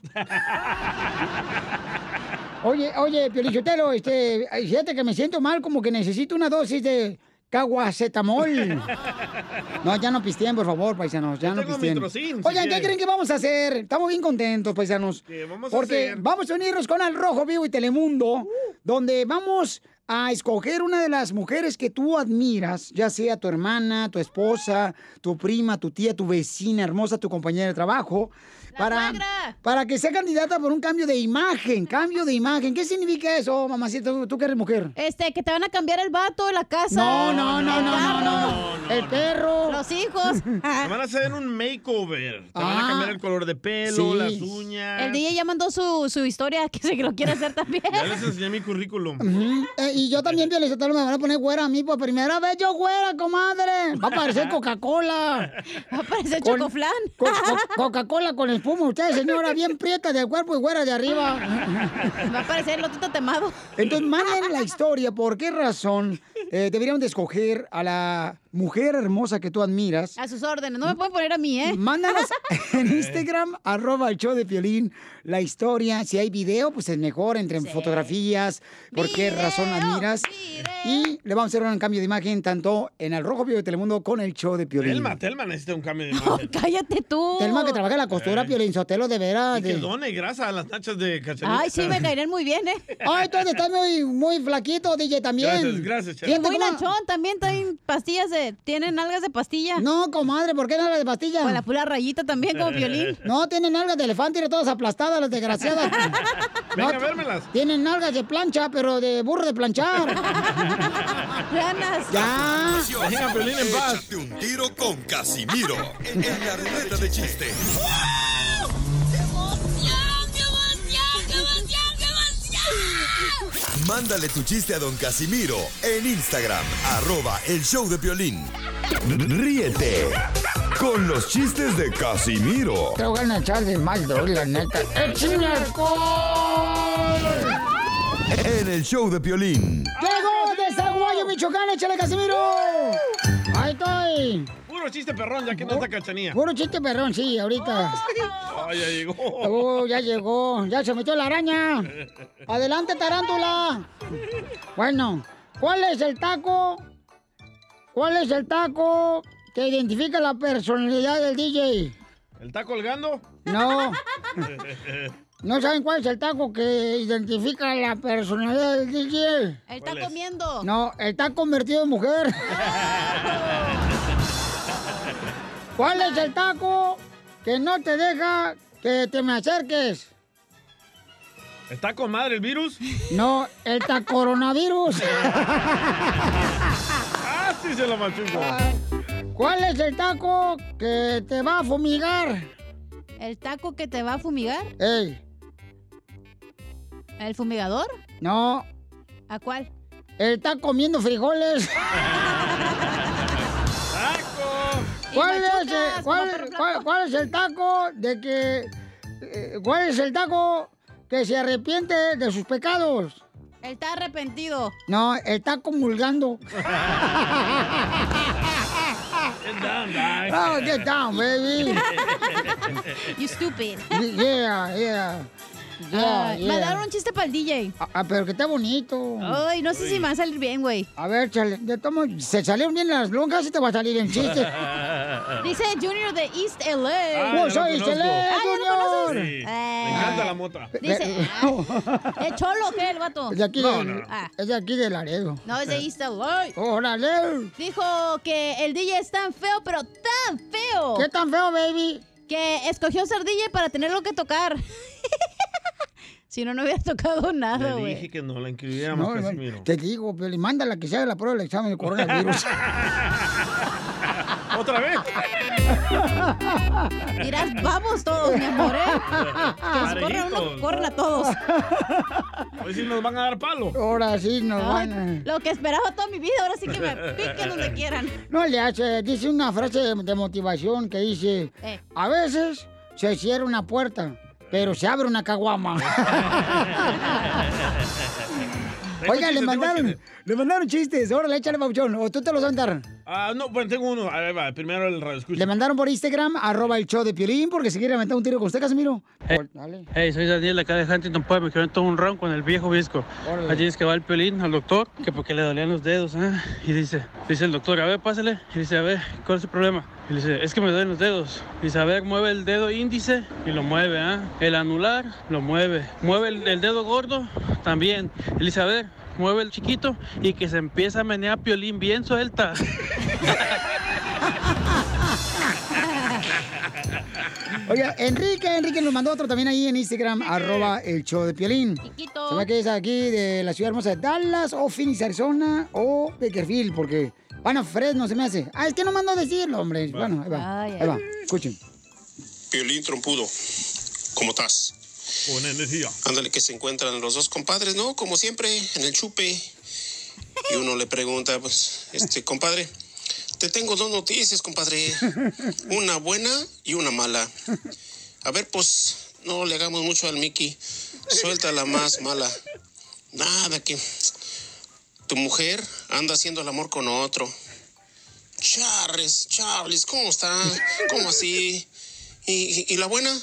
S4: Oye, oye, Piolichotelo, este, ay, fíjate que me siento mal, como que necesito una dosis de
S5: *laughs*
S4: caguacetamol. No, ya no pisteen, por favor, paisanos, ya no
S5: tengo
S4: pisteen.
S5: mitrocin, si
S4: Oigan, ¿qué
S5: quieres.
S4: creen que vamos a hacer? Estamos bien contentos, paisanos.
S5: ¿Qué vamos a
S4: porque
S5: hacer? Uh.
S4: vamos a unirnos con Al Rojo Vivo y Telemundo, donde vamos a escoger una de las mujeres que tú admiras, ya sea tu hermana, tu esposa, tu prima, tu tía, tu vecina hermosa, tu compañera de trabajo, para, para que sea candidata por un cambio de imagen, cambio de imagen. ¿Qué significa eso, mamacita, tú, tú que eres mujer?
S6: Este, que te van a cambiar el vato, la casa.
S4: No, no, no,
S6: el
S4: no, no,
S6: carro,
S4: no, El perro. *laughs*
S6: Los hijos.
S5: Te van a hacer un makeover. Te van
S6: Ah.
S5: a cambiar el color de pelo,
S6: Sí.
S5: las
S4: *laughs*
S6: *laughs*
S5: uñas.
S6: El DJ ya mandó su, su historia que se lo quiere hacer también.
S5: Ya les enseñé mi currículum.
S4: Ujú. Eh, y yo también, Pio Lizotelo, me van a poner güera a mí por primera vez. Yo güera, comadre. Va a
S6: *laughs*
S4: parecer Coca-Cola. Va a parecer
S6: chocoflan.
S4: Coca-Cola con espuma. Usted, señora, bien prieta de cuerpo y güera de arriba.
S6: Va a parecer el otro temado.
S4: Entonces, manden la historia. ¿Por qué razón eh, deberíamos de escoger a la mujer hermosa que tú admiras?
S6: A sus órdenes. No me pueden poner a mí, ¿eh? *laughs*
S4: Mándanos en Instagram, arroba el show de Piolín, la historia. Si hay video, pues es mejor, entre fotografías, por qué razón admiras. Y le vamos a hacer un cambio de imagen tanto en el Rojo Vivo de Telemundo con el show de Piolín.
S5: Telma, Telma necesita un cambio
S6: *laughs*
S5: de imagen.
S4: cállate tú. Telma que trabaja en la costura,
S5: Eh.
S4: Piolín Sotelo, de veras.
S5: Y que
S4: de-
S5: done grasa a las tachas de cachanilla.
S4: Ay,
S5: *laughs*
S4: sí, me
S6: caerán muy bien, ¿eh?
S4: Ay, tú estás muy, muy flaquito, DJ, también.
S5: Gracias, gracias, Chela.
S4: Fíjate
S6: Muy
S4: cómo-
S6: lanchón también, traen pastillas de... ¿Tienen algas de pastilla?
S4: No, comadre, ¿por qué algas de pastilla?
S6: Con la pura rayita también, como violín.
S4: *laughs* No, tienen algas de elefante y todas aplastadas, las
S6: *laughs*
S4: desgraciadas.
S6: Venga,
S4: No,
S6: vérmelas.
S4: Tienen algas de plancha, pero de burro de planchar.
S5: *laughs*
S6: Planas.
S4: Ya.
S1: Dejen a Piolín en paz. Échate un tiro con Casimiro en la ruleta de chistes. Mándale tu chiste a don Casimiro en Instagram, arroba el show de Piolín. Ríete con los chistes de Casimiro
S4: Te voy a echar de mal, doy, la neta.
S5: ¡Eh,
S4: ¡Échame alcohol!
S1: en el show de Piolín.
S4: ¡Llegó desde Aguayo, Michoacán! ¡Échale, Casimiro! ¡Ahí estoy!
S5: Puro chiste perrón, ya que no está cachanilla.
S4: Puro chiste perrón, sí, ahorita.
S5: Ay, ya llegó. Eh.
S4: Oh, ya llegó, ya se metió la araña. Adelante, tarántula. Bueno, ¿cuál es el taco? ¿Cuál es el taco que identifica la personalidad del DJ?
S5: ¿El está
S4: *laughs*
S5: colgando?
S4: No, no saben cuál es el taco que identifica la personalidad del DJ.
S6: Él está comiendo.
S4: No, el taco convertido en mujer. ¿Cuál es el taco que no te deja que te me acerques?
S5: ¿Está con madre el virus?
S4: No, el ta
S6: *laughs*
S4: coronavirus.
S5: ¡Ah, sí se lo machuco!
S4: ¿Cuál es el taco que te va a fumigar?
S6: ¿El taco que te va a fumigar?
S4: Ey,
S6: ¿El fumigador?
S4: no,
S6: ¿A cuál?
S4: el taco comiendo frijoles. ¿Cuál es, el, cuál- cuál- cuál es el taco de que... eh, ¿Cuál es el taco que se arrepiente de sus pecados?
S6: Él
S4: *laughs*
S6: está arrepentido.
S4: No, el taco mulgando. Oh, get down, baby.
S6: You stupid.
S4: Yeah, yeah. Yeah,
S6: Ay, Ah, Me
S4: yeah.
S6: daron un chiste para el DJ.
S4: Ah, pero que está bonito.
S6: Ay, no sé si me va a salir bien, güey.
S4: A ver, chale, de tomo- se salieron bien las lonjas y te va a salir en chiste.
S6: Dice Junior de East LA.
S5: Ah, ya lo Soy conozco. LA,
S6: Ah, ¿ya lo
S5: Junior.
S6: conoces?
S5: Sí,
S6: Eh,
S5: Me encanta la mota.
S6: Dice, ¿es cholo o qué el vato?
S4: Es de aquí,
S6: no,
S4: de,
S6: no, no. Ah,
S4: Es de aquí de Laredo.
S6: no, es de East LA.
S4: ¡Órale!
S6: Dijo que el DJ es tan feo, pero tan feo.
S4: ¿Qué tan feo, baby?
S6: Que escogió ser DJ para tenerlo que tocar. *laughs* si no, no hubiera tocado nada,
S5: Le
S6: güey.
S5: dije que no la incluyéramos,
S4: No, no,
S5: Casimiro.
S4: Te digo, Piolín, mándala que se haga la prueba del examen de coronavirus.
S5: ¿Otra vez?
S6: *laughs* Dirás, vamos todos, mi amor, ¿eh? Que se corra uno,
S5: Parejitos.
S6: corren a todos.
S5: Hoy sí nos van a dar palo.
S4: Ahora sí nos
S6: Ay,
S4: van
S6: Lo que esperaba toda mi vida, ahora sí que me piquen donde quieran.
S4: No le hace, dice una frase de, de motivación que dice,
S6: Eh.
S4: a veces se cierra una puerta, pero se abre una caguama. *laughs* Oiga, le mandaron, le mandaron chistes, órale, échale pauchón, o tú te los vas a dar.
S5: Ah, no, bueno, tengo uno. A ver, va, primero el radio escucha.
S4: Le mandaron por Instagram, arroba el show de Piolín, porque se quiere aventar un tiro con usted, Casimiro.
S9: Hey, hey, soy Daniel acá de Huntington Park, me quedé todo un round con el viejo visco.
S4: Órale.
S9: Allí es que va el piolín al doctor, que porque le dolían los dedos, ¿ah? Y dice, dice el doctor, a ver, pásale. Y dice, a ver, ¿cuál es su problema? Y le dice, es que me duelen los dedos. Y dice, a ver, mueve el dedo índice y lo mueve, ¿ah? El anular lo mueve. Mueve el, el dedo gordo también. Y le dice, a ver, mueve el chiquito y que se empieza a menear piolín bien suelta. *laughs*
S4: Oiga, Enrique, Enrique nos mandó otro también ahí en Instagram, arroba el show de Piolín.
S6: Chiquito.
S4: Se ve que es aquí de la ciudad hermosa de Dallas, o Phoenix, Arizona, o Bakerfield, porque van a Fresno, se me hace. Ah, es que no mandó decirlo, hombre. Bueno, ahí va,
S6: Ay,
S4: ahí va,
S6: ay.
S4: escuchen.
S21: Violín Trompudo, ¿cómo estás?
S5: Con energía.
S21: Ándale, que se encuentran los dos compadres, ¿no? Como siempre, en el chupe. Y uno le pregunta, pues, este, compadre, te tengo dos noticias, compadre. Una buena y una mala. A ver, pues, no le hagamos mucho al Mickey. Suelta la más mala. Nada, que tu mujer anda haciendo el amor con otro. Charles, Charles, ¿cómo está? ¿Cómo así? ¿Y, y- y la buena?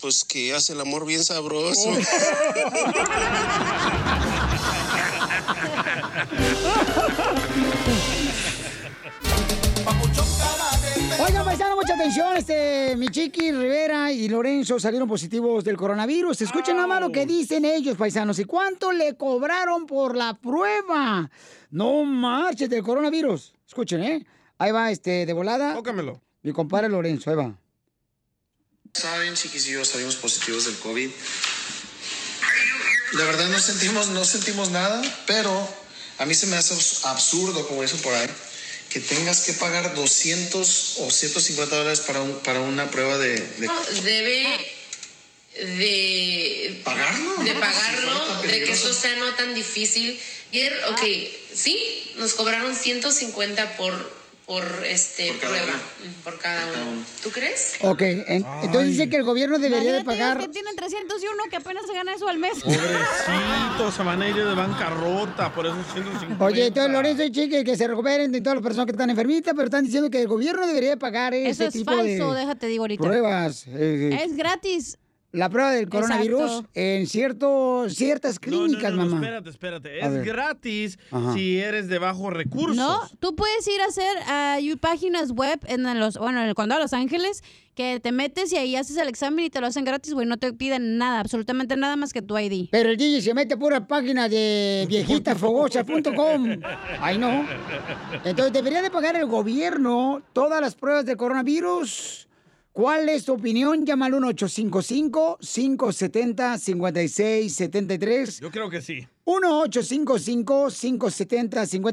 S21: Pues que hace el amor bien sabroso.
S20: Oh.
S4: Oigan, paisano, mucha atención. Este, mi chiqui Rivera y Lorenzo salieron positivos del coronavirus. Escuchen nada más lo que dicen ellos, paisanos. ¿Y cuánto le cobraron por la prueba? No marches del coronavirus. Escuchen, ¿eh? Ahí va, este, de volada.
S5: Tócamelo.
S4: Mi compadre Lorenzo, ahí va.
S7: Saben, chiquis y yo salimos positivos del COVID. La verdad no sentimos, no sentimos nada, pero a mí se me hace abs- absurdo, como dicen por ahí, que tengas que pagar 200 o 150 dólares para, un- para una prueba de... de-
S17: debe de
S7: ¿Pagarlo?
S17: de
S7: No, si fuera
S17: pagarlo
S7: tan
S17: de que
S7: peligroso.
S17: eso sea no tan difícil ayer ok sí nos cobraron 150 por por este prueba mm, por cada uno ¿tú crees?
S4: Ok, en- entonces dice que el gobierno debería de
S6: Imagínate
S4: pagar.
S6: los que tienen 301 que apenas se gana eso al mes.
S5: Pobrecitos, se van a ir de bancarrota por esos 150.
S4: Oye, entonces Lorenzo y Chiqui, que se recuperen de todas las personas que están enfermitas, pero están diciendo que el gobierno debería de pagar
S6: Eso
S4: ese
S6: es
S4: tipo
S6: falso,
S4: de
S6: déjate digo ahorita.
S4: pruebas. eh,
S6: Es gratis.
S4: La prueba del coronavirus
S6: Exacto.
S4: en cierto, ciertas clínicas, mamá.
S5: Espérate, espérate.
S4: A ver.
S5: Es gratis
S4: Ajá.
S5: si eres de bajo recursos.
S6: No, tú puedes ir a hacer ah, hay páginas web en los, bueno, en el condado de Los Ángeles, que te metes y ahí haces el examen y te lo hacen gratis, güey, no te piden nada, absolutamente nada más que tu ID.
S4: Pero el DJ se mete a pura página
S5: *laughs*
S4: de viejitafogosas.com. Ay, no. Entonces, ¿debería de pagar el gobierno todas las pruebas del coronavirus? ¿Cuál es tu opinión? Llama al 1-855-570-5673.
S5: Yo creo que sí.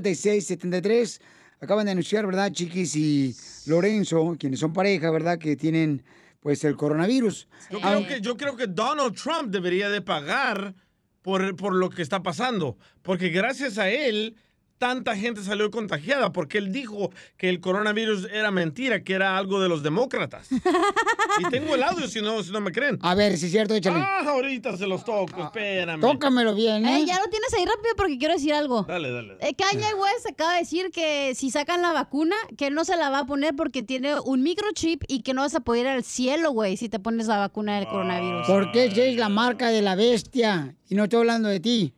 S4: 1-855-570-5673. Acaban de anunciar, ¿verdad, Chiquis y Lorenzo, quienes son pareja, ¿verdad? Que tienen, pues, el coronavirus.
S5: Yo,
S4: Aunque-
S5: creo que, yo creo que Donald Trump debería de pagar por, por lo que está pasando, porque gracias a él tanta gente salió contagiada, porque él dijo que el coronavirus era mentira, que era algo de
S4: *laughs*
S5: los demócratas. y tengo el audio si no, si no me creen.
S4: A ver, si es cierto, échale.
S5: Ah, ahorita se los toco, espérame.
S4: Tócamelo bien, ¿eh?
S6: Eh, ya lo tienes ahí rápido porque quiero decir algo.
S5: Dale, dale.
S6: Eh, Kanye West acaba de decir que si sacan la vacuna, que él no se la va a poner porque tiene un microchip y que no vas a poder ir al cielo, güey, si te pones la vacuna
S5: Ah,
S6: del coronavirus.
S4: ¿Por qué es la marca de la bestia? Y no estoy hablando de ti.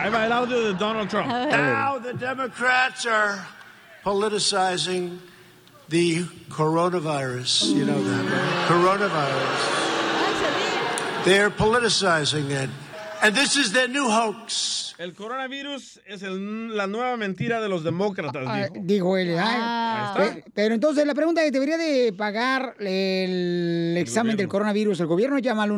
S5: Ahí va el audio de Donald Trump.
S4: *laughs* A ver.
S17: Now the Democrats are
S2: politicizing the coronavirus. You know that. right? Coronavirus. They're politicizing it. And this is their new hoax.
S5: El coronavirus es el- la nueva mentira de los demócratas,
S4: Ah,
S5: dijo.
S4: dijo él. ah.
S5: Ahí está.
S4: Pe- Pero entonces la pregunta que debería de pagar el examen del coronavirus, el gobierno llama al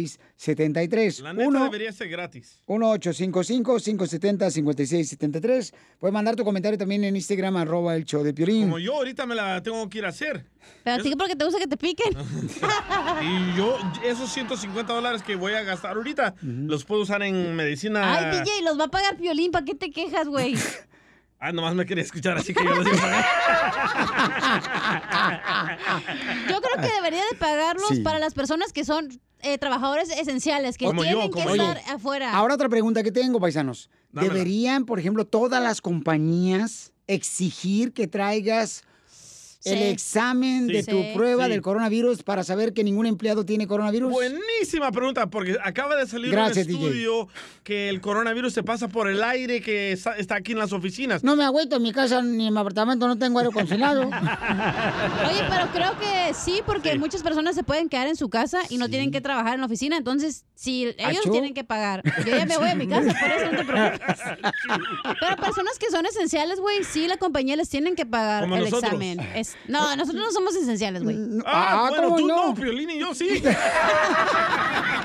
S4: 1855-570-5673.
S5: La neta
S4: 1
S5: debería ser gratis.
S4: 1855-570-5673. Puedes mandar tu comentario también en Instagram, arroba el show de Piolín.
S5: Como yo ahorita me la tengo que ir a hacer.
S6: Pero así que porque te gusta que te piquen.
S5: *laughs* Y yo, esos 150 dólares que voy a gastar ahorita, los puedo usar en medicina.
S6: Ay, DJ, los va a pagar Piolín, ¿para qué te quejas, güey?
S5: Ah, nomás me quería escuchar, así que yo
S4: *laughs*
S5: los iba a pagar.
S6: Yo creo que debería de pagarlos
S4: Sí.
S6: para las personas que son eh, trabajadores esenciales, que
S4: Como yo,
S6: tienen
S4: como
S6: que
S4: yo.
S6: estar afuera. *laughs*
S4: Ahora otra pregunta que tengo, paisanos.
S6: Dámela.
S4: ¿Deberían, por ejemplo, todas las compañías exigir que traigas el
S5: Sí.
S4: examen de
S5: Sí.
S4: tu
S5: Sí.
S4: prueba
S5: Sí.
S4: del coronavirus para saber que ningún empleado tiene coronavirus?
S5: Buenísima pregunta, porque acaba de salir
S4: Gracias,
S5: un
S4: DJ.
S5: estudio que el coronavirus se pasa por el aire que está está aquí en las *laughs* oficinas.
S4: No me agüito en mi casa ni en mi apartamento, no tengo aire
S5: *laughs*
S4: acondicionado.
S5: Ah,
S6: Oye, pero creo que sí, porque muchas personas se pueden quedar en su casa y no tienen que trabajar en la oficina, entonces si ellos
S4: Achú.
S6: tienen que pagar. Yo ya me voy a mi casa, por eso no te preocupes. Pero personas que son esenciales, güey, sí, la compañía les tienen que pagar
S5: Como
S6: el
S5: nosotros.
S6: examen. Es- no, nosotros no somos esenciales, güey.
S5: Ah, bueno, tú no, Piolín y yo sí.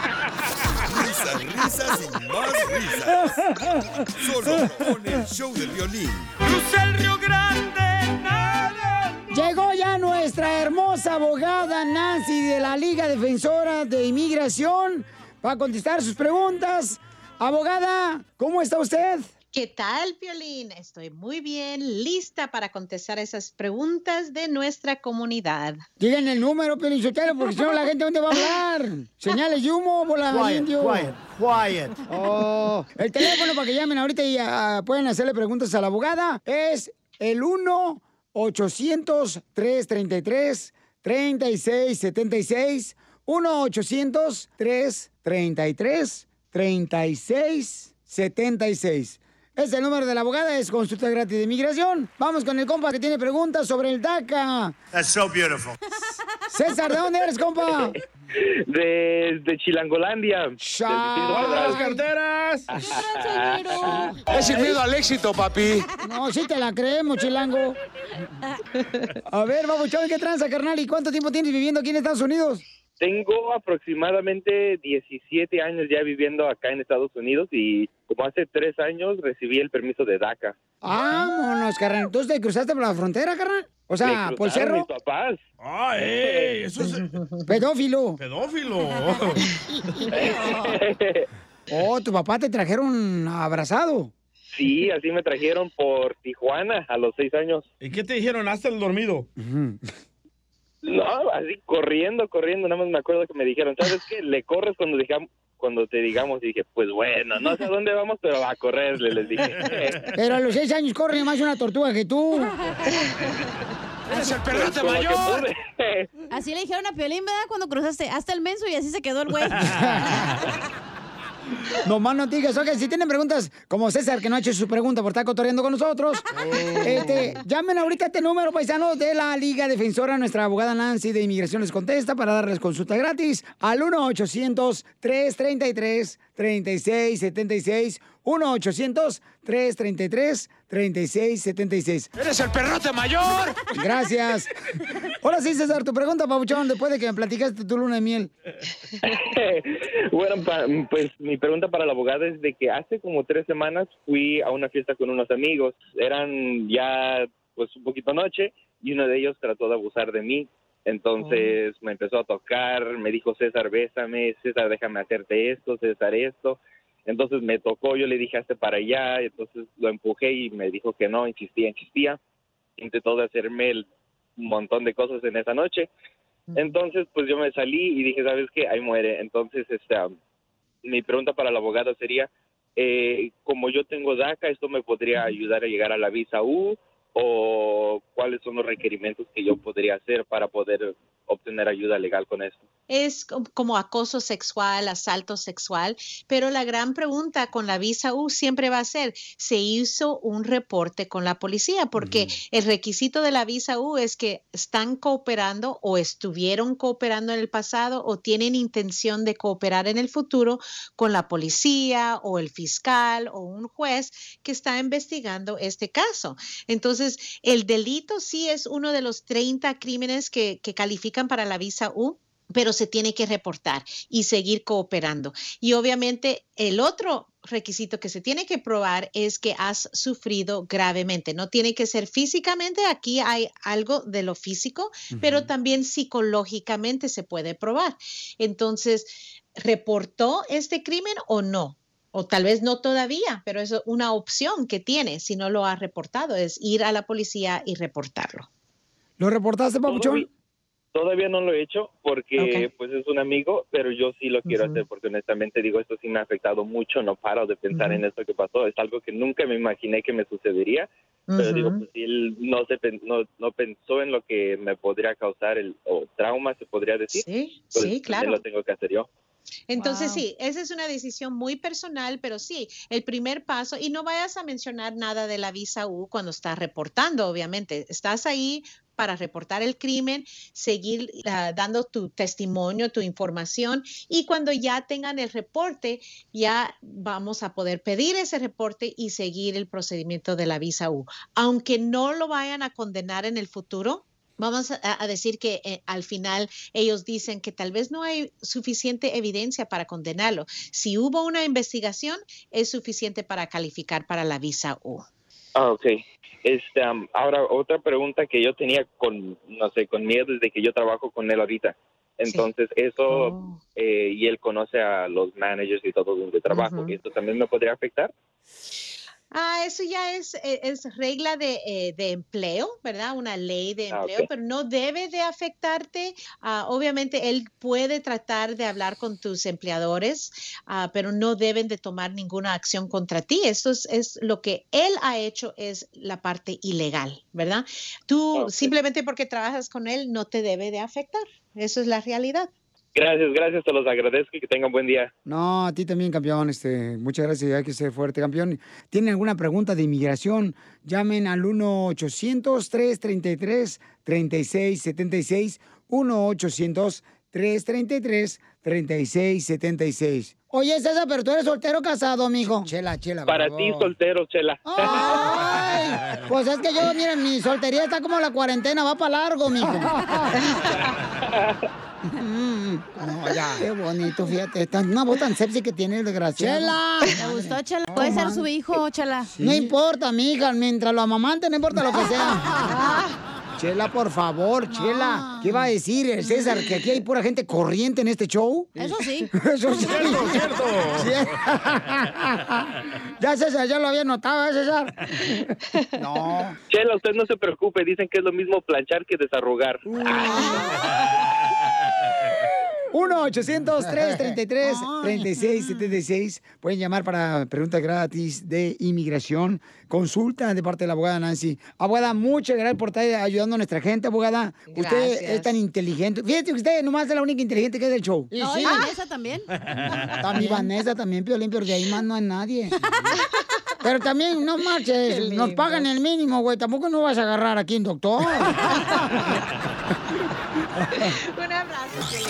S1: Risas, risas y más risas. Solo con el show del violín. Cruza el río Grande.
S4: Llegó ya nuestra hermosa abogada Nancy de la Liga Defensora de Inmigración para contestar sus preguntas. Abogada, ¿cómo está usted?
S13: ¿Qué tal, Piolín? Estoy muy bien, lista para contestar esas preguntas de nuestra comunidad.
S4: Digan el número, Piolín Sotelo, porque si no la gente dónde va a hablar. Señales de humo, bola de
S13: Quiet,
S4: indio.
S13: quiet,
S4: quiet. Oh, el teléfono para que llamen ahorita y ah, pueden hacerle preguntas a la abogada es el 1 800 333 3676 1 800 333 3676 es el número de la abogada, es consulta gratis de inmigración. Vamos con el compa que tiene preguntas sobre el DACA.
S2: That's so
S15: *laughs*
S2: beautiful.
S4: César, ¿de dónde eres,
S23: *laughs*
S4: compa?
S23: Desde Chilangolandia.
S4: ¡Guarda Ah, las
S5: carteras!
S4: *laughs* Es el miedo al
S23: éxito, papi.
S4: No, sí te la creemos, chilango. A ver, babuchón, ¿qué tranza, carnal? ¿Y cuánto tiempo tienes viviendo aquí en Estados Unidos?
S23: Tengo aproximadamente 17 años ya viviendo acá en Estados Unidos y como hace tres años recibí el permiso de DACA.
S4: Vámonos, carnal. ¿Entonces te cruzaste por la frontera, carnal? *laughs* O sea,
S23: Me
S4: por el
S23: cruzaron
S4: cerro.
S23: Mis papás.
S5: ¡Ay, ey, Ah, eh, eso es
S23: *laughs*
S4: Pedófilo. *laughs*
S5: pedófilo! *laughs*
S4: Oh, tu papá te trajeron abrazado.
S5: *laughs*
S23: Sí, así me trajeron por Tijuana a los seis años.
S5: ¿Y qué te dijeron? Hasta el dormido.
S23: No, así corriendo, corriendo. Nada más me acuerdo que me dijeron, ¿sabes qué? Le corres cuando digamos cuando te digamos y dije, pues bueno, no sé a dónde vamos, pero a correr, le- les dije.
S5: *laughs*
S4: Pero a los seis años corre más una tortuga que tú. *laughs*
S23: ¡Es el
S4: perrito mayor!
S6: Así le dijeron a Piolín, ¿verdad? Cuando cruzaste hasta el menso y así se quedó el
S4: *laughs*
S6: güey. *laughs*
S4: Nomás no te digas, oiga, si tienen preguntas como César, que no ha hecho su pregunta por estar cotorreando con nosotros, este, llamen ahorita a este número, paisano, de la Liga Defensora. Nuestra abogada Nancy de Inmigración les contesta para darles consulta gratis al 1-800-333-3676. 1-800-333-3676.
S20: ¡Eres el perrote mayor!
S4: Gracias. Ahora sí, César, tu pregunta, Pabuchón, después de que me platicaste tu luna de miel.
S23: *laughs* bueno, pa- pues mi pregunta para la abogada es de que hace como tres semanas fui a una fiesta con unos amigos. Eran ya pues un poquito noche y uno de ellos trató de abusar de mí. Entonces me empezó a tocar, me dijo César, bésame, César, déjame hacerte esto, César, esto. Entonces me tocó, yo le dije, hazte para allá, entonces lo empujé y me dijo que no, insistía, insistía. Intentó de hacerme el montón de cosas en esa noche. Entonces, pues yo me salí y dije, ¿sabes qué? Ahí muere. Entonces, este, um, mi pregunta para la abogada sería, eh, como yo tengo DACA, ¿esto me podría ayudar a llegar a la visa U? ¿O cuáles son los requerimientos que yo podría hacer para poder obtener ayuda legal con esto?
S13: es co- como acoso sexual, asalto sexual, pero la gran pregunta con la visa U siempre va a ser, ¿se hizo un reporte con la policía? Porque el requisito de la visa U es que están cooperando o estuvieron cooperando en el pasado o tienen intención de cooperar en el futuro con la policía o el fiscal o un juez que está investigando este caso. Entonces, el delito sí es uno de los 30 crímenes que, que califican para la visa U pero se tiene que reportar y seguir cooperando. Y obviamente el otro requisito que se tiene que probar es que has sufrido gravemente. No tiene que ser físicamente, aquí hay algo de lo físico, pero también psicológicamente se puede probar. Entonces, ¿reportó este crimen o no? O tal vez no todavía, pero es una opción que tiene si no lo ha reportado, es ir a la policía y reportarlo.
S4: ¿Lo reportaste,
S13: Papuchón? Ah,
S23: Todavía no lo he hecho porque
S13: Ok.
S23: pues es un amigo, pero yo sí lo quiero hacer porque honestamente digo, esto sí me ha afectado mucho, no paro de pensar en esto que pasó, es algo que nunca me imaginé que me sucedería, pero digo,
S3: Ujú.
S23: pues si él no, se, pen- no, no pensó en lo que me podría causar el o trauma, se podría decir.
S13: Sí,
S23: pues,
S13: sí, claro.
S23: Lo tengo que hacer yo.
S13: Entonces, sí, esa es una decisión muy personal, pero sí, el primer paso, y no vayas a mencionar nada de la visa U cuando estás reportando, obviamente, estás ahí para reportar el crimen, seguir ah, dando tu testimonio, tu información, y cuando ya tengan el reporte, ya vamos a poder pedir ese reporte y seguir el procedimiento de la visa U. Aunque no lo vayan a condenar en el futuro, Vamos a, a decir que eh, al final ellos dicen que tal vez no hay suficiente evidencia para condenarlo. Si hubo una investigación, es suficiente para calificar para la visa U.
S23: Ah, ok. Este, am, ahora, otra pregunta que yo tenía con, no sé, con miedo desde que yo trabajo con él ahorita. Entonces, eso, eh, y él conoce a los managers y todo donde trabajo,
S13: Ujú.
S23: ¿y esto también me podría afectar?
S13: Ah, eso ya es, eh, es regla de, eh, de empleo, ¿verdad? Una ley de
S23: Ah,
S13: empleo,
S23: ok.
S13: pero no debe de afectarte. Ah, obviamente, él puede tratar de hablar con tus empleadores, ah, pero no deben de tomar ninguna acción contra ti. Esto es, es lo que él ha hecho, es la parte ilegal, ¿verdad? Tú, simplemente porque trabajas con él, no te debe de afectar. Eso es la realidad.
S23: Gracias, gracias, te los agradezco y que tengan buen día.
S4: No, a ti también, campeón. Este, muchas gracias. Hay que ser fuerte, campeón. ¿Tienen alguna pregunta de inmigración? Llamen al 1-800-333-3676. 1-800-333-3676.
S8: Oye, César, pero tú eres soltero o casado, mijo.
S4: Chela, chela,
S23: Para ti, soltero, Chela.
S8: Ay, pues es que yo, miren, mi soltería está como la cuarentena, va para largo, mijo.
S4: *laughs*
S8: Mm,
S4: no, ya.
S8: Qué bonito, fíjate. Tan, una voz tan sexy que tiene el desgraciado.
S6: Chela. Me gustó, Chela. Puede ser su
S8: hijo, Chela. No importa, mija, mientras lo amamante, no importa lo que
S6: *laughs*
S8: sea.
S4: Chela, por favor, Chela. ¿Qué va a decir el César? Que aquí hay pura gente corriente en este show.
S8: Eso sí.
S4: *laughs* Eso sí.
S8: Cierto, cierto.
S4: *laughs* Sí. Ya, César, ya lo había notado, ¿eh, César? *laughs* *laughs* No.
S23: Chela, usted no se preocupe, dicen que es lo mismo planchar que desarrugar.
S4: 1-800-333-3676. Pueden llamar para preguntas gratis de inmigración. Consulta de parte de la abogada Nancy. Abogada, muchas gracias por estar ayudando a nuestra gente, abogada. Usted
S8: Gracias.
S4: es tan inteligente. Fíjate que usted nomás es la única inteligente que es del show.
S8: Y
S6: No,
S8: sí.
S6: y Vanessa también.
S4: También Vanessa, también Piolín, pero de ahí más no hay nadie. Pero también, no marches, nos pagan el mínimo, güey. Tampoco no vas a agarrar aquí un doctor.
S13: Un abrazo. Piolín.